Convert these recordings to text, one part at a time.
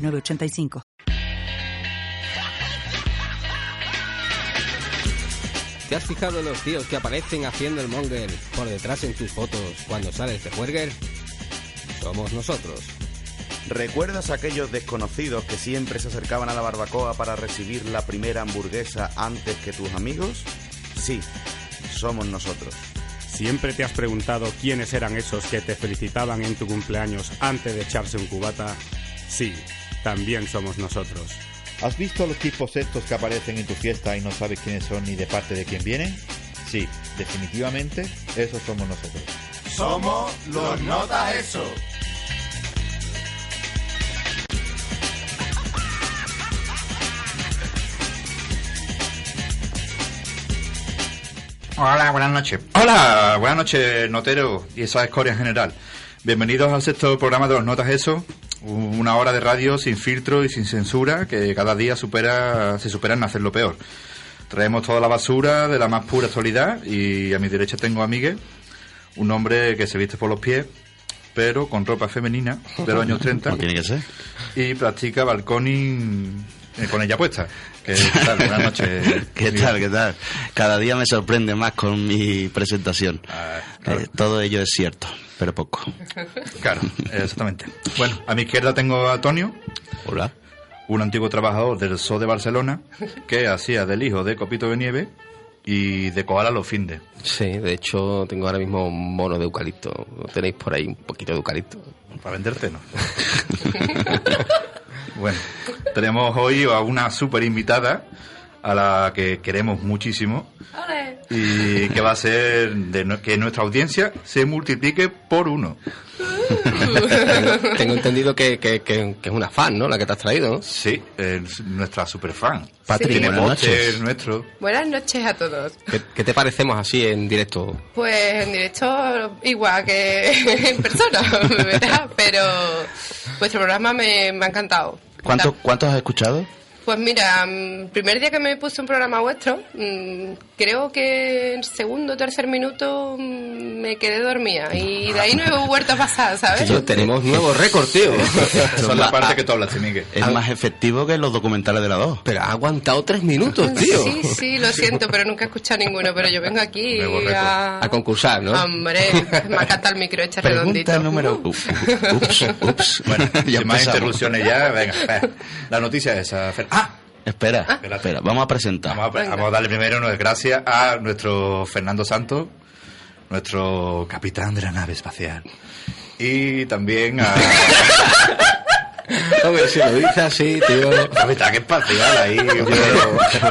985. ¿Te has fijado en los tíos que aparecen haciendo el monger por detrás en tus fotos cuando este sales de Burger? Somos nosotros. ¿Recuerdas a aquellos desconocidos que siempre se acercaban a la barbacoa para recibir la primera hamburguesa antes que tus amigos? Sí, somos nosotros. ¿Siempre te has preguntado quiénes eran esos que te felicitaban en tu cumpleaños antes de echarse un cubata? Sí, también somos nosotros. ¿Has visto a los tipos estos que aparecen en tu fiesta y no sabes quiénes son ni de parte de quién vienen? Sí, definitivamente, esos somos nosotros. Somos los Nota Eso. Hola, buenas noches. Hola, buenas noches, notero y esa escoria en general. Bienvenidos al sexto programa de los Notas Eso, una hora de radio sin filtro y sin censura que cada día supera, se supera en hacerlo peor. Traemos toda la basura de la más pura actualidad y a mi derecha tengo a Miguel, un hombre que se viste por los pies, pero con ropa femenina de los años 30. Pues tiene que ser? Y practica balconing eh, con ella puesta. ¿Qué tal? Buenas noches. ¿Qué Miguel. tal? ¿Qué tal? Cada día me sorprende más con mi presentación. Ah, Eh, todo ello es cierto, pero poco. Claro, exactamente. Bueno, a mi izquierda tengo a Antonio, Hola. un antiguo trabajador del Zoo de Barcelona que hacía del hijo de Copito de Nieve y de Koala los Finde. Sí, de hecho tengo ahora mismo un mono de eucalipto. ¿Tenéis por ahí un poquito de eucalipto? Para venderte, ¿no? bueno, tenemos hoy a una super invitada a la que queremos muchísimo y que va a ser de nu- que nuestra audiencia se multiplique por uno. tengo, tengo entendido que, que- que- que es una fan, ¿no? La que te has traído, ¿no? Sí, es nuestra super fan. Patrick, Tiene buenas póster noches. nuestro. Buenas noches a todos. ¿Qué, qué te parecemos así en directo? Pues en directo igual que en persona, ¿verdad? Pero vuestro programa me, me ha encantado. ¿Cuántos, ¿Cuántos has escuchado? Pues mira, mm, primer día que me puse un programa vuestro, mm, creo que en segundo o tercer minuto mm, me quedé dormida y de ahí no he vuelto a pasar, ¿sabes? Tío, tenemos nuevo récord, tío. Esa es la parte que tú hablaste, Miguel. Es más efectivo que los documentales de la 2. Pero ha aguantado tres minutos, tío. Sí, sí, lo siento, pero nunca he escuchado ninguno, pero yo vengo aquí Nuevo récord. a... A concursar, Ah, ¿no? Hombre, me ha encantado el micro este redondito. Pregunta número... u- u- Ups, ups. Bueno, Ya sin más empezamos. interrupciones ya, venga. va. La noticia es esa. Fer- Ah, Espera, espera, vamos a vamos, a, presentar. vamos a darle primero unas gracias a nuestro Fernando Santos, nuestro capitán de la nave espacial. Y también a. Hombre, si lo dices así, tío. capitán, qué espacial ahí. Yo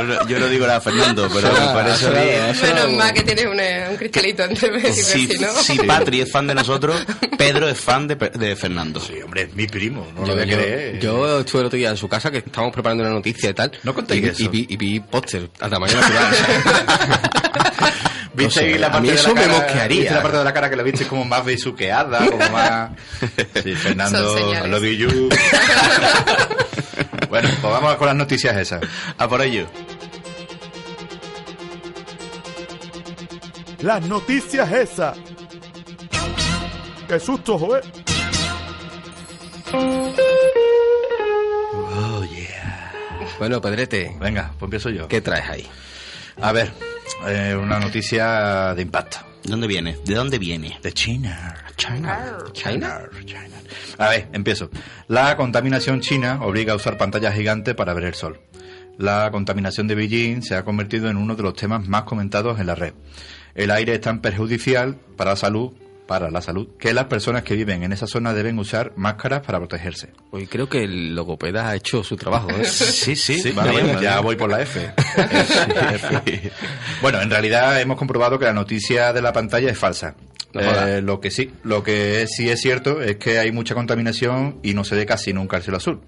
no- Yo no digo nada, Fernando, pero me parece a mí- Menos mal que tienes una- un cristalito entre medio, Si, si no... si Patri es fan de nosotros, Pedro es fan de, Pe- de Fernando. Sí, hombre, es mi primo, no lo Yo, voy a yo- creer. yo estuve el otro día en su casa que estábamos preparando una noticia y tal. No contéis y, vi- eso. Y vi, y vi póster a tamaño natural. o sea. ¿Viste No sé, la a parte mí de la eso me cara- mosquearía. ¿Viste la parte de la cara que la viste como más besuqueada, como más... Sí, Fernando, Son I señales. love you. bueno, pues vamos con las noticias esas. A por ello. Las noticias esas. Qué susto, joder. Oh, yeah. bueno, Pedrete, Venga, pues empiezo yo. ¿qué traes ahí? A ver, eh, una noticia de impacto. ¿Dónde viene? ¿De dónde viene? De China. China. China. China, China. A ver, empiezo. La contaminación china obliga a usar pantallas gigantes para ver el sol. La contaminación de Beijing se ha convertido en uno de los temas más comentados en la red. El aire es tan perjudicial para la salud, para la salud, que las personas que viven en esa zona deben usar máscaras para protegerse. Hoy Pues creo que el logopeda ha hecho su trabajo. ¿eh? Sí, sí, Vale, ya voy por la F. bueno, en realidad hemos comprobado que la noticia de la pantalla es falsa. No Eh, jodas. lo que sí, lo que sí es cierto es que hay mucha contaminación y no se ve casi nunca el cielo azul.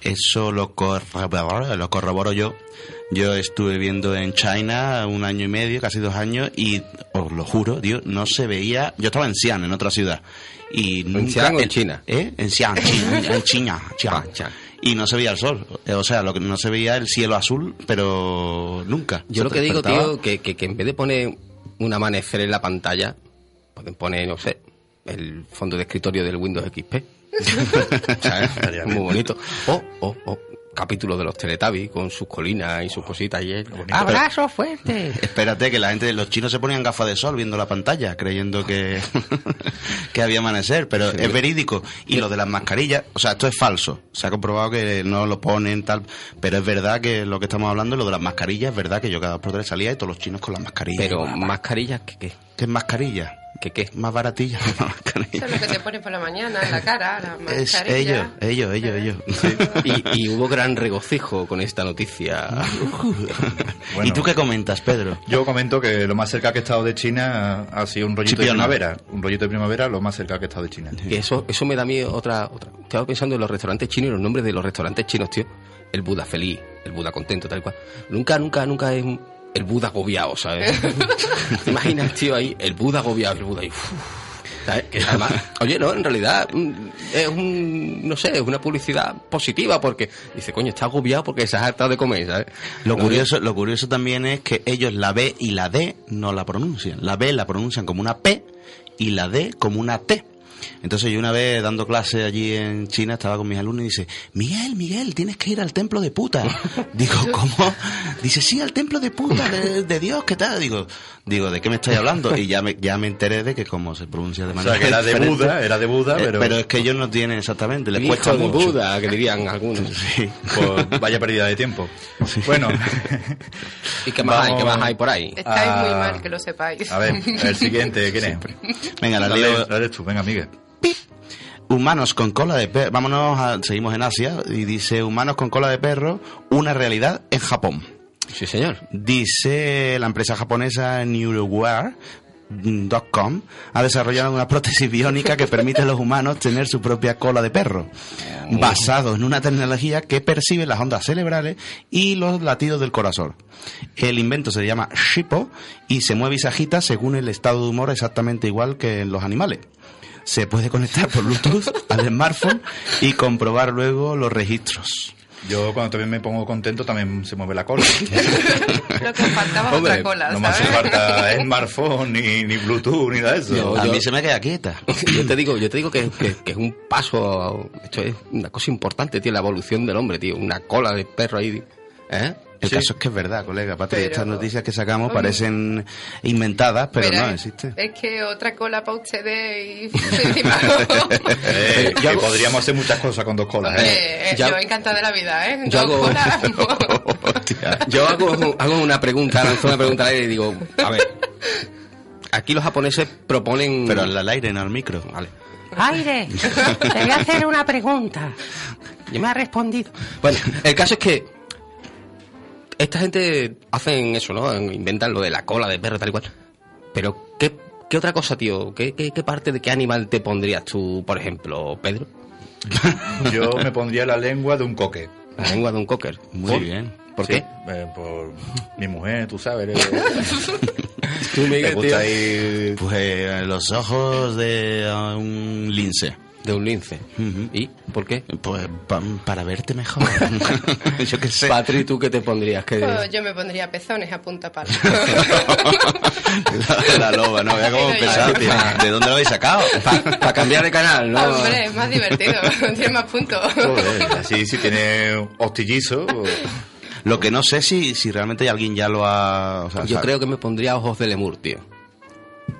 Eso lo corroboro, lo corroboro yo. Yo estuve viendo en China un año y medio, casi dos años, y os lo juro, Dios, no se veía. Yo estaba en Xi'an, en otra ciudad. Y ¿En nunca- Xi'an o en China? ¿Eh? En Xi'an, China, en China, Xi'an. Ah, Xi'an. Y no se veía el sol. O sea, lo que no se veía el cielo azul, pero nunca. Yo Se lo que digo, despertaba. tío, que, que, que en vez de poner un amanecer en la pantalla, pueden poner, no sé, el fondo de escritorio del Windows XP. ¿Sabes? Muy bonito. O, o, o, capítulo de los Teletubbies con sus colinas y sus cositas. Y él, ¡Abrazo fuerte! Espérate, que la gente, los chinos se ponían gafas de sol viendo la pantalla, creyendo que, que había amanecer, pero es verídico. Y lo de las mascarillas, o sea, esto es falso. Se ha comprobado que no lo ponen, tal, pero es verdad que lo que estamos hablando, lo de las mascarillas, es verdad que yo cada dos por tres salía y todos los chinos con las mascarillas. Pero mascarillas, ¿qué qué? ¿Qué es mascarilla? ¿Qué qué? Más baratilla que una Eso mascarilla. es lo que te pones por la mañana, en la cara, la Es mascarilla. ellos, ellos, ellos, ellos. Y, y hubo gran regocijo con esta noticia. ¿Y tú qué comentas, Pedro? Yo comento que lo más cerca que he estado de China ha sido un rollito de Chipiona. primavera. Un rollito de primavera, lo más cerca que he estado de China. Que eso, eso me da a mí otra, otra. Estaba pensando en los restaurantes chinos y los nombres de los restaurantes chinos, tío. El Buda feliz, el Buda contento, tal cual. Nunca, nunca, nunca es un- el Buda agobiado, ¿sabes? ¿Te imaginas, tío, ahí? El Buda agobiado, el Buda ahí. uf, ¿Sabes? Que además, oye, no, en realidad mm, es un, no sé, es una publicidad positiva porque dice, coño, está agobiado porque se ha hartado de comer, ¿sabes? Lo No, curioso, lo curioso también es que ellos la B y la D no la pronuncian. La B la pronuncian como una P y la D como una T. Entonces yo una vez dando clase allí en China estaba con mis alumnos y dice, Miguel, Miguel, tienes que ir al templo de puta. Digo, ¿cómo? Dice, sí, al templo de puta, de, de Dios, ¿qué tal? Digo, digo, ¿de qué me estáis hablando? Y ya me, ya me enteré de que como se pronuncia de O manera sea, que era de diferente. Buda, era de Buda, Eh, pero, pero... es que ellos no tienen exactamente, les Hijo cuesta de mucho. Buda, que dirían algunos. Sí. pues, vaya pérdida de tiempo. Bueno, ¿Y qué más hay? Vamos. ¿Qué más hay por ahí? Estáis muy Ah. mal, que lo sepáis. a ver, el siguiente, ¿quién es? Venga, la Dale, leo, dale tú, venga, Miguel. Humanos con cola de perro. Vámonos, a- seguimos en Asia y dice humanos con cola de perro, una realidad en Japón. Sí, señor. Dice la empresa japonesa Neuroware.com ha desarrollado una prótesis biónica que permite a los humanos tener su propia cola de perro, basado en una tecnología que percibe las ondas cerebrales y los latidos del corazón. El invento se llama Shippo y se mueve y se agita según el estado de humor exactamente igual que en los animales. Se puede conectar por Bluetooth al smartphone y comprobar luego los registros. Yo cuando también me pongo contento también se mueve la cola. Lo que os faltaba es Ah, otra cola, no me hace ¿sabes? falta smartphone, ni, ni Bluetooth, ni nada de eso. No, A yo- mí se me queda quieta. yo te digo, yo te digo que, que- que es un paso, esto es una cosa importante, tío, la evolución del hombre, tío, una cola de perro ahí, ¿eh? El Sí. caso es que es verdad, colega. Aparte, Pero- Eh, estas noticias que sacamos parecen inventadas, pero, no existe. ¿eh? Es que otra cola para ustedes y encima. Eh, Yo que hago- podríamos hacer muchas cosas con dos colas, ¿eh? Eh, eh, ya- yo encantada de la vida, ¿eh? yo Dos hago- colas, Yo hago, hago una pregunta, lanzo una pregunta al aire y digo, a ver, aquí los japoneses proponen... Pero al al aire, no al micro. Vale. Aire, te voy a hacer una pregunta. Ya me ha respondido. Bueno, el caso es que esta gente hacen eso, ¿no? Inventan lo de la cola de perro, tal y cual. Pero, ¿qué, qué otra cosa, tío? ¿Qué, qué, qué parte de qué animal te pondrías tú, por ejemplo, Pedro? Yo me pondría la lengua de un coque. La lengua de un cocker. Muy ¿Por- bien. ¿Por Sí, qué? eh, por mi mujer, tú sabes. eh, Tú, me Miguel, tío, gusta ir... Pues eh, los ojos de eh, un lince. De un lince. ¿Y por qué? Pues pa- para verte mejor. Yo qué sé. Patri, ¿tú qué te pondrías? ¿Qué- pues yo me pondría pezones a punta pala. la, la loba, no vea cómo Pero yo- empezar, tío. ¿De dónde lo habéis sacado? Para cambiar de canal, ¿no? Hombre, es más divertido, tiene más puntos. Joder, así si tiene hostillizo... pues. Lo que no sé si, si realmente alguien ya lo ha. o sea, Yo sabe. creo que me pondría ojos de lemur, tío.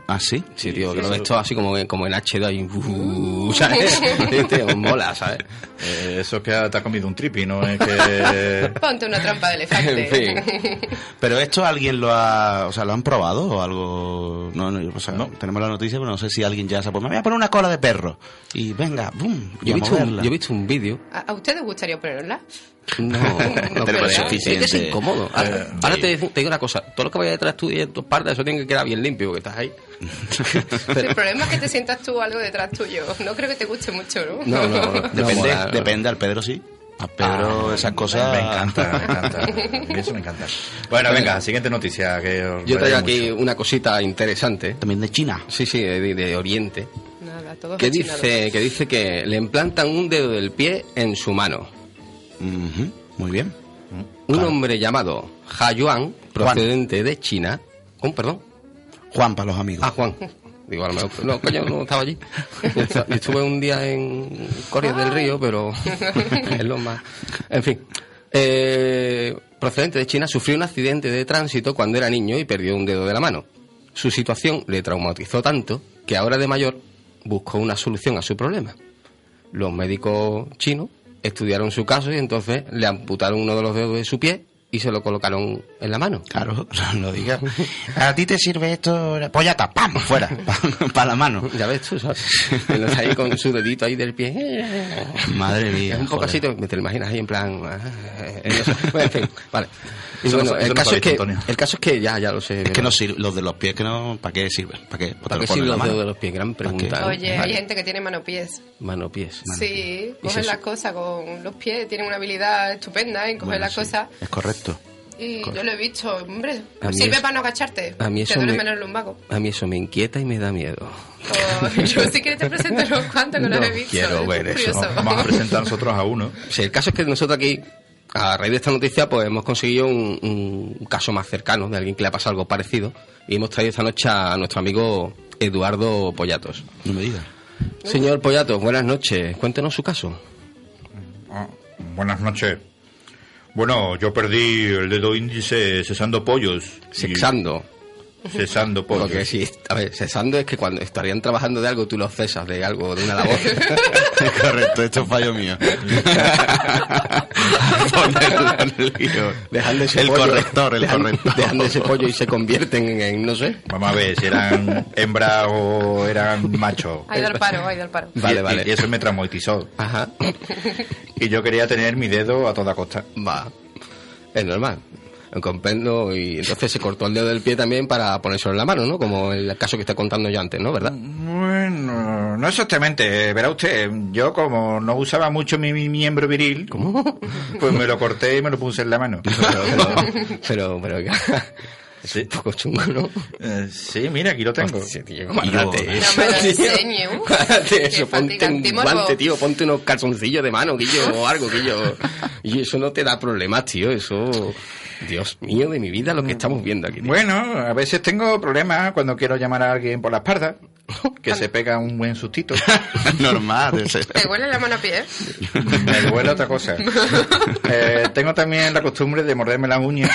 ¿Ah, sí? Sí, tío, que lo ves todo así como en, como en HD ahí, uh, ¿sabes? Sí, tío, mola, ¿sabes? eh, eso es que te ha comido un tripi, ¿no? Es Eh. que... Ponte una trampa de En elefante. fin. Pero esto alguien lo ha, o sea, lo han probado o algo. No, no, o sea, No. tenemos la noticia, pero no sé si alguien ya se ha puesto. Me voy a poner una cola de perro y venga, boom, y Yo a he visto un, moverla. yo he visto un vídeo. ¿A, a ustedes gustaría ponerla? No, no Pero creo. ¿eh? es suficiente. Eh, Es que es incómodo. Ahora, ahora te, digo- te digo una cosa. Todo lo que vaya detrás tú y en tus partes, eso tiene que quedar bien limpio, porque estás ahí. El problema es que te sientas tú algo detrás tuyo. No creo que te guste mucho, ¿no? No, no, no. Depende, mola, no. Ah, depende al Pedro sí. A Pedro esas cosas... Me encanta, me encanta. Eso me encanta. Bueno, venga, siguiente noticia. Que os Yo traigo reía aquí mucho. una cosita interesante. También de China. Sí, sí, de, de Oriente. Nada, todos Que achinados. dice, que dice que le implantan un dedo del pie en su mano. Ujú, Muy bien. Un hombre llamado Ha Yuan, procedente de China. Oh, perdón. Juan para los amigos. Ah, Juan. Digo, a lo mejor. No, coño, no estaba allí. Est- Estuve un día en Corrientes del Río, pero es lo más. En fin. Eh, procedente de China, sufrió un accidente de tránsito cuando era niño y perdió un dedo de la mano. Su situación le traumatizó tanto que ahora de mayor buscó una solución a su problema. Los médicos chinos estudiaron su caso y entonces le amputaron uno de los dedos de su pie y se lo colocaron en la mano. Claro, no lo digas. ¿A ti te sirve esto? Pues ya está, ¡pam! Fuera, para la mano. Ya ves tú, ¿sabes? Que no está ahí con su dedito ahí del pie. Madre mía. Es un poco joder. así, te, te lo imaginas ahí en plan... ah, eh, eh, no sé. Bueno, en fin, vale. Y Eso no bueno, se- eso el, no caso se es ha que, visto, Antonio. el caso es que ya, ya lo sé. Es que no sirve, los de los pies, que no, ¿para qué sirven? ¿Para qué? Pues te ¿Para lo qué pones en sirven la los mano. dedos de los pies? Gran pregunta. ¿eh? Oye, hay Vale. gente que tiene mano pies. Mano, pies. Sí, ¿Y cogen eso? las cosas con los pies, tienen una habilidad estupenda en coger Bueno, las sí, cosas. Es correcto. Y yo lo he visto, hombre, A mí sirve es- para no agacharte. a mí te eso duele me- menos el lumbago. A mí eso me inquieta y me da miedo. Pues, yo sí que te presento unos cuantos que los No he visto. quiero es ver eso. curioso. Vamos a presentar nosotros a uno. Sí, el caso es que nosotros aquí, a raíz de esta noticia, pues hemos conseguido un, un caso más cercano de alguien que le ha pasado algo parecido y hemos traído esta noche a nuestro amigo Eduardo Pollatos. No me digas. Señor Pollatos, buenas noches. Cuéntenos su caso. Ah, buenas noches. Bueno, yo perdí el dedo índice cesando pollos. y- Sexando. Cesando pollos. Porque si, a ver, cesando es que cuando estarían trabajando de algo tú los cesas de algo, de una labor. Es correcto, esto es fallo mío. Ponerlo en el guión. Dejando ese El pollo- corrector, el dejan- corrector. Dejando ese pollo y se convierten en, en, no sé. Vamos a ver si eran hembra o eran macho. Ahí del paro, ahí del paro. Vale, Y- vale. Y, eso me traumatizó. Ajá. Y yo quería tener mi dedo a toda costa. Va. Es normal. Lo Comprendo. Y entonces se cortó el dedo del pie también para ponérselo en la mano, ¿no? Como el caso que está contando yo antes, ¿no? ¿Verdad? Bueno, no exactamente. eh, Verá usted, yo como no usaba mucho mi, mi miembro viril, pues me lo corté y me lo puse en la mano. Pero, pero, es un poco chungo, ¿no? Eh, sí, mira, aquí lo tengo. ¿eh? Hostia, tío, No ¿eh? guárdate me eso, lo tío. enseñe, uh. Guárdate Qué eso, ponte un fatigante, guante, morbo. tío, ponte unos calzoncillos de mano, Guillo, o algo, Guillo. Y eso no te da problemas, tío, eso... Dios mío de mi vida, lo que estamos viendo aquí, tío. Bueno, a veces tengo problemas cuando quiero llamar a alguien por la espalda, que se pega un buen sustito. Normal. ese- Te huele la mano a pie, ¿eh? Me huele otra cosa. Eh, tengo también la costumbre de morderme las uñas.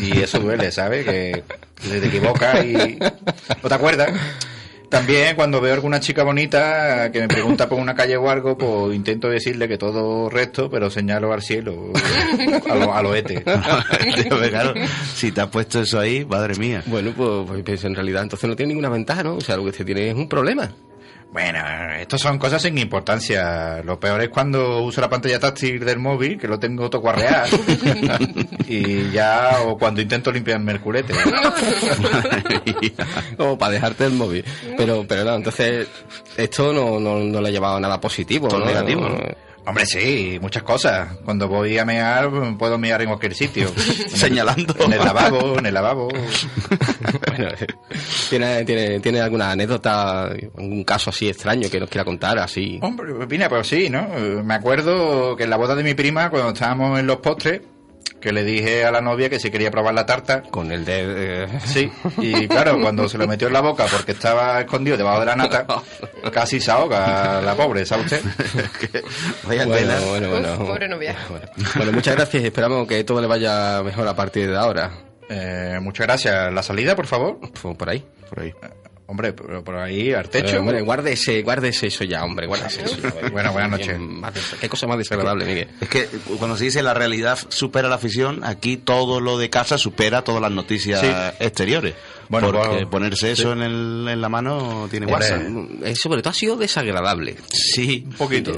Y eso duele, ¿sabes? Que se te equivocas y no te acuerdas. También cuando veo alguna chica bonita que me pregunta por una calle o algo, pues intento decirle que todo recto, pero señalo al cielo, a lo, a lo este. Ete. Claro, si te has puesto eso ahí, madre mía. Bueno, pues, pues, pues, en realidad entonces no tiene ninguna ventaja, ¿no? O sea, lo que usted tiene es un problema. Bueno, estas son cosas sin importancia. Lo peor es cuando uso la pantalla táctil del móvil, que lo tengo tocuarreado. y ya, o cuando intento limpiarme el culete. Como para dejarte el móvil. Pero, pero no, entonces esto no, no, no le ha llevado a nada positivo, Todo ¿no? negativo. Hombre, sí, muchas cosas. Cuando voy a mear, puedo mear en cualquier sitio. Señalando. En el lavabo, en el lavabo. Bueno, ¿tiene, tiene, ¿tiene alguna anécdota, algún caso así extraño que nos quiera contar, así? Hombre, mira, pues sí, ¿no? Eh, Me acuerdo que en la boda de mi prima, cuando estábamos en los postres, que le dije a la novia que si quería probar la tarta, Con el de... eh, Sí, y claro, cuando se lo metió en la boca porque estaba escondido debajo de la nata, casi se ahoga la pobre, ¿sabe usted? Vaya tela. Bueno, bueno, bueno. Uf, pobre novia. Bueno. Bueno, muchas gracias y esperamos que todo le vaya mejor a partir de ahora. Eh, muchas gracias. ¿La salida, por favor? Eh, Por por ahí. Por ahí. Hombre, por, por ahí, al techo. Pero, hombre, guárdese, guárdese eso ya, hombre, guárdese eso. Bueno, buenas noches. Qué más des- Qué cosa más desagradable, Miguel. Es que eh, cuando se dice la realidad supera la afición, aquí todo lo de casa supera todas las noticias Sí. exteriores. Bueno, porque bueno. ponerse eso en, el, en la mano tiene Hombre. guasa. Eh, Sobre todo ha sido desagradable. Sí. Un poquito.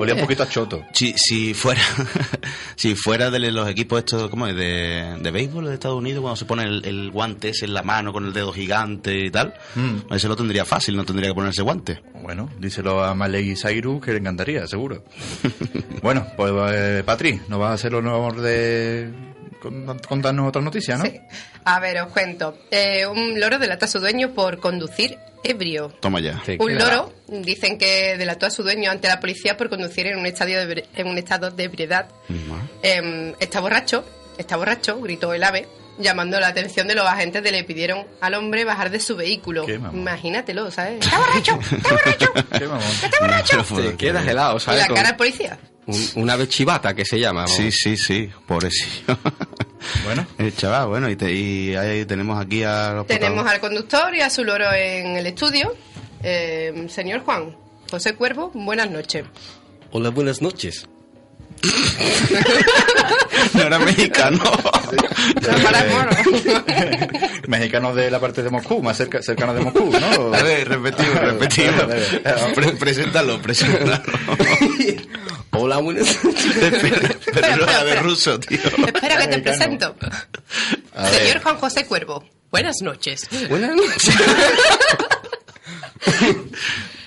Olía un poquito a choto. Si, si fuera si fuera de los equipos estos ¿cómo es? De, de béisbol de Estados Unidos cuando se pone el, el guante ese en la mano con el dedo gigante y tal Mm. Ese lo tendría fácil, no tendría que ponerse guante. Bueno, díselo a Malek y Cyrus que le encantaría, seguro. bueno, pues eh, Patri, nos vas a hacer el honor de con- contarnos otra noticia, ¿no? Sí. A ver, os cuento. Eh, un loro delató a su dueño por conducir ebrio. Toma ya. Sí, Un qué loro, dicen que delató a su dueño ante la policía por conducir en un, estadio de, ebri- en un estado de ebriedad. Em, está borracho, está borracho, gritó el ave, llamando la atención de los agentes que le pidieron al hombre bajar de su vehículo. Qué mamón. Imagínatelo, ¿sabes? ¡Está borracho! ¡Está borracho! Qué mamón. ¡Está borracho! Te quedas helado, Y ¿sabes? la Con cara al policía. un- una ave chivata que se llama. ¿no? Sí, sí, sí, pobrecillo. Bueno. El chaval, bueno, y, te- y ahí tenemos aquí a los Tenemos protagonistas. al conductor y a su loro en el estudio. Eh, señor Juan, José Cuervo, buenas noches. Hola, buenas noches. No era mexicano. No, para el mono. Mexicanos de la parte de Moscú, más cerca, cercanos de Moscú, ¿no? Ah, A ver, repetimos, repetimos. Pre- preséntalo, preséntalo. Hola, buenas noches. Pero- Pero no era de ruso, tío. Espera que te Mexicano. presento. A ver. Señor Juan José Cuervo, buenas noches. Buenas noches.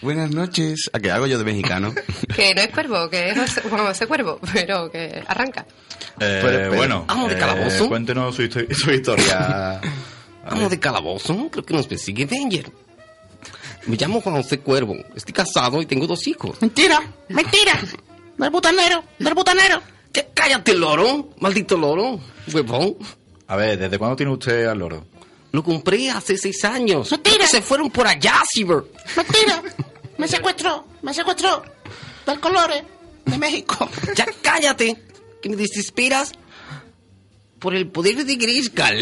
Buenas noches. ¿A qué hago yo de mexicano? Que no es Cuervo, que es José- Juan José Cuervo, pero que arranca. Eh, Pero, pero, bueno, amo de calabozo. cuéntenos su, histo- su historia. Amo de calabozo, creo que nos persigue Danger. Me llamo Juan José Cuervo, estoy casado y tengo dos hijos. Mentira, mentira. Del butanero, del butanero. Ya cállate, loro, maldito loro, huevón. A ver, ¿desde cuándo tiene usted al loro? Lo compré hace seis años. No tires. Creo que Se fueron por allá, Ciber. Mentira. Me secuestró, me secuestró. Del colores, ¿eh? de México. Ya cállate, que me desesperas por el poder de Griscal.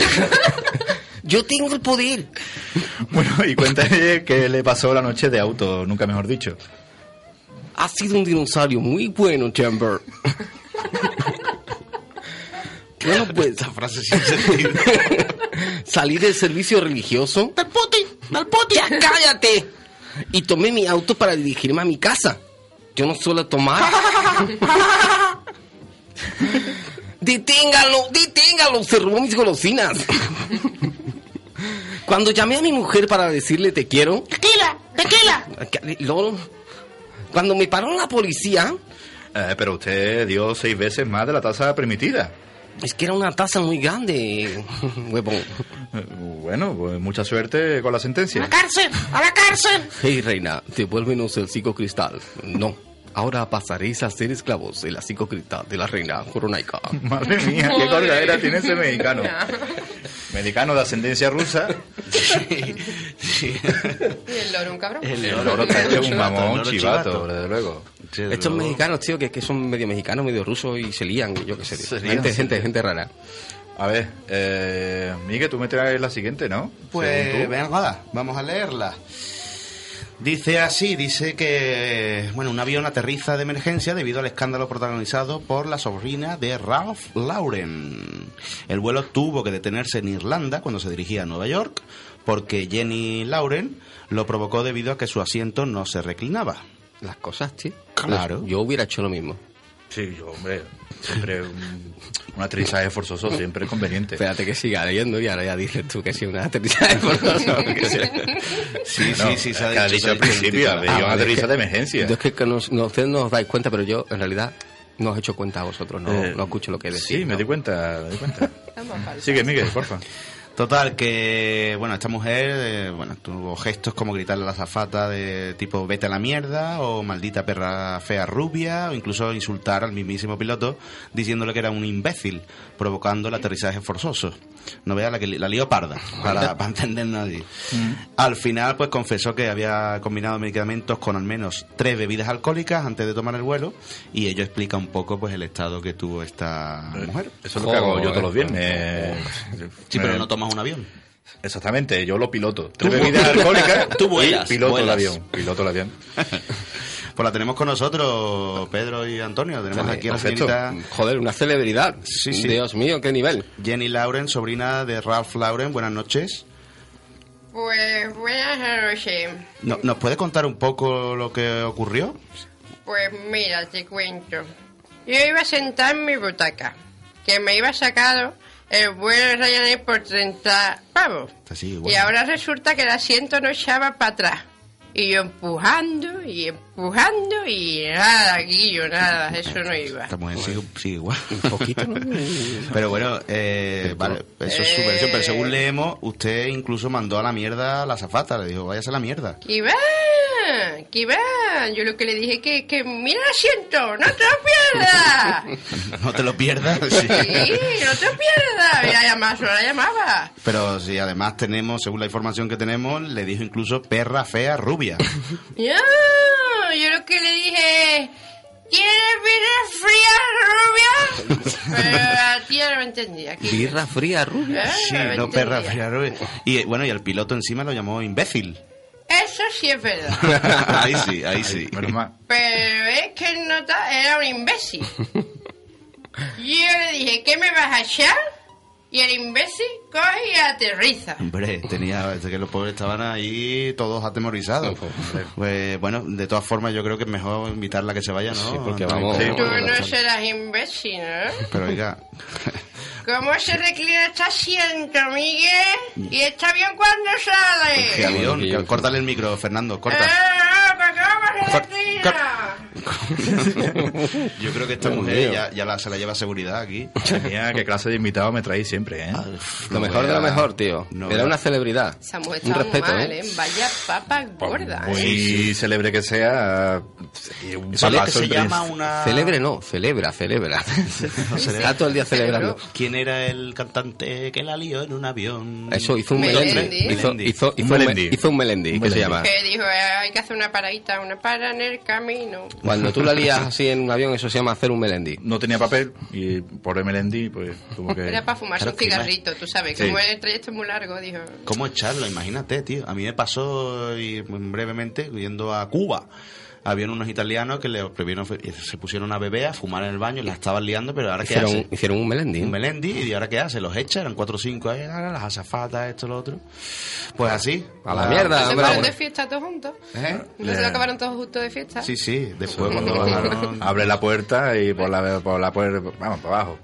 Yo tengo el poder. Bueno, y cuéntame qué le pasó la noche de auto, nunca mejor dicho. Ha sido un dinosaurio muy bueno, Chamber. bueno, pues Esta frase sin sentido. salí del servicio religioso. Del puti, del puti. ¡Ya cállate! Y tomé mi auto para dirigirme a mi casa. Yo no suelo tomar. deténgalo, deténgalo, se robó mis golosinas. Cuando llamé a mi mujer para decirle te quiero, Tequila, tequila. loro, cuando me paró la policía, Eh, pero usted dio seis veces más de la tasa permitida. es que era una taza muy grande, huevón. Eh, Bueno, pues mucha suerte con la A la sentencia. cárcel, a la cárcel. Hey reina, devuélvenos el psicocristal. No, ahora pasaréis a ser esclavos de la psicocristal de la reina coronaica. Madre mía, qué colgadera tiene ese mexicano. Mexicano de ascendencia rusa. Y el loro, un cabrón. El loro está hecho un chivato, el mamón loro chivato, chivato. desde luego. Estos mexicanos, tío, que, que son medio mexicanos, medio rusos y se lían, yo qué sé. tío. Se lían, gente, se gente, lían. gente rara. A ver, eh, Miguel, tú me traes la siguiente, ¿no? Según Pues tú. venga, vamos a leerla. Dice así, dice que bueno, un avión aterriza de emergencia debido al escándalo protagonizado por la sobrina de Ralph Lauren. El vuelo tuvo que detenerse en Irlanda cuando se dirigía a Nueva York porque Jenny Lauren lo provocó debido a que su asiento no se reclinaba. Las cosas, tío. Claro. Yo hubiera hecho lo mismo. Sí, yo, hombre, siempre un, un aterrizaje forzoso, siempre es conveniente. Espérate que siga leyendo y ahora ya dices tú que sí, una aterrizaje forzosa. Sí, No, es que ha dicho al principio, el titular. había un Ah, vale, es aterrizaje que- de emergencia. Yo es que, que no, no, ustedes no os dais cuenta, pero yo en realidad no os he hecho cuenta a vosotros, no, Eh, no escucho lo que decís. Sí, me no. di cuenta, me di cuenta. Vamos, falta. Sigue, Miguel, porfa. Total, que bueno, esta mujer eh, bueno, tuvo gestos como gritarle a la zafata de tipo vete a la mierda o maldita perra fea rubia o incluso insultar al mismísimo piloto diciéndole que era un imbécil, provocando el aterrizaje forzoso. No vea la, que, li- la lío parda, para, para entendernos allí. Al final, pues confesó que había combinado medicamentos con al menos tres bebidas alcohólicas antes de tomar el vuelo y ello explica un poco pues el estado que tuvo esta mujer. Eh, Eso es lo que hago yo todos los viernes. Sí, pero Eh, no tomas un avión. Exactamente, yo lo piloto. Tres Tú vu- bebidas alcohólicas Tú y vuelas, piloto el vuelas. avión. Piloto el avión. Pues la tenemos con nosotros, Pedro y Antonio. Tenemos Vale, aquí a la perfecto. señorita Joder, una celebridad. Sí, sí. Dios mío, qué nivel. Jenny Lauren, sobrina de Ralph Lauren. Buenas noches. Pues buenas noches. No- ¿Nos puede contar un poco lo que ocurrió? Pues mira, te cuento. Yo iba a sentar en mi butaca, que me iba sacado el vuelo de Ryanair por 30 pavos. Así, Y igual. ahora resulta que el asiento no echaba para atrás. Y yo empujando y empujando y nada, Guillo, nada, eso no iba. Esta mujer sigue, sigue igual. Un poquito, ¿no? Pero bueno, eh, vale, eso es su versión. Pero Eh. según leemos, usted incluso mandó a la mierda a la zafata. Le dijo, váyase a la mierda. Que va, que va. Yo lo que le dije que, que mira el asiento, no te lo pierdas. No te lo pierdas. Ah. Sí, no te pierdas. Mira, llamaba, solo la llamaba. Pero si además tenemos, según la información que tenemos, le dijo incluso perra fea rubia. No, yo lo que le dije, ¿quieres birra fría, rubia? Pero la tía no me entendía. ¿qué? Birra fría, rubia. Ah, Sí, me no perra entendía. fea rubia. Y eh, bueno, y el piloto encima lo llamó imbécil. Eso sí es verdad. ahí sí, ahí sí. Menos mal. Pero es que el nota era un imbécil. Yo le dije, ¿qué me vas a echar? Y el imbécil coge y aterriza. Hombre, tenía es que los pobres estaban ahí todos atemorizados. Pues bueno, de todas formas yo creo que es mejor invitarla a que se vaya, ¿no? Sí, porque vamos- Sí, Tú porque la no chava- serás imbécil, ¿no? Pero oiga, ¿Cómo se reclina este asiento, Miguel? ¿Y está bien cuando sale? qué avión, Pues que- córtale el micro, Fernando, corta. ¡Ah, que cómo se Cor- reclina! Yo creo que esta mujer ya, ya la- se la lleva seguridad aquí. Madre mía, qué clase de invitados me traéis siempre, ¿eh? Lo mejor de lo vea. mejor, tío. No Era vea. una celebridad. Esa mujer Un estaba respeto, mal, ¿eh? ¿eh? Vaya papa gorda, ¿eh? Muy célebre que sea. y un ¿Sabes que papazo se el llama príncipe. una... Celebre no, celebra, celebra. Está todo el día celebrando. ¿Quién era el cantante que la lió en un avión? Eso hizo un Melendi. Melendi. Hizo, Melendi. hizo, Un hizo, un, Melendi. me- hizo un Melendi, que se llama. Que dijo, eh, hay que hacer una paradita, una para en el camino. Cuando tú la lías así en un avión, eso se llama hacer un Melendi. No tenía papel y por Melendi, pues tuvo que. Era para fumarse un cigarrito, tú sabes, Sí. como el trayecto es muy largo, dijo. ¿Cómo echarla? Imagínate, tío. A mí me pasó y, brevemente yendo a Cuba. Habían unos italianos que le prohibieron, eh, se pusieron a beber, a fumar en el baño, la estaban liando, pero ahora qué Hicieron, hacen? hicieron un Melendi. Un Melendi, y ahora qué hace? Los echa, eran cuatro o cinco, ahí, ahora las azafatas, esto, lo otro. Pues así. A la mierda, se hombre. fueron de fiesta todos juntos. ¿Eh? No se lo acabaron todos juntos de fiesta. Sí, sí, después cuando Cuando bajaron, bajaron, abre la puerta y por la, por la puerta. Vamos, para abajo.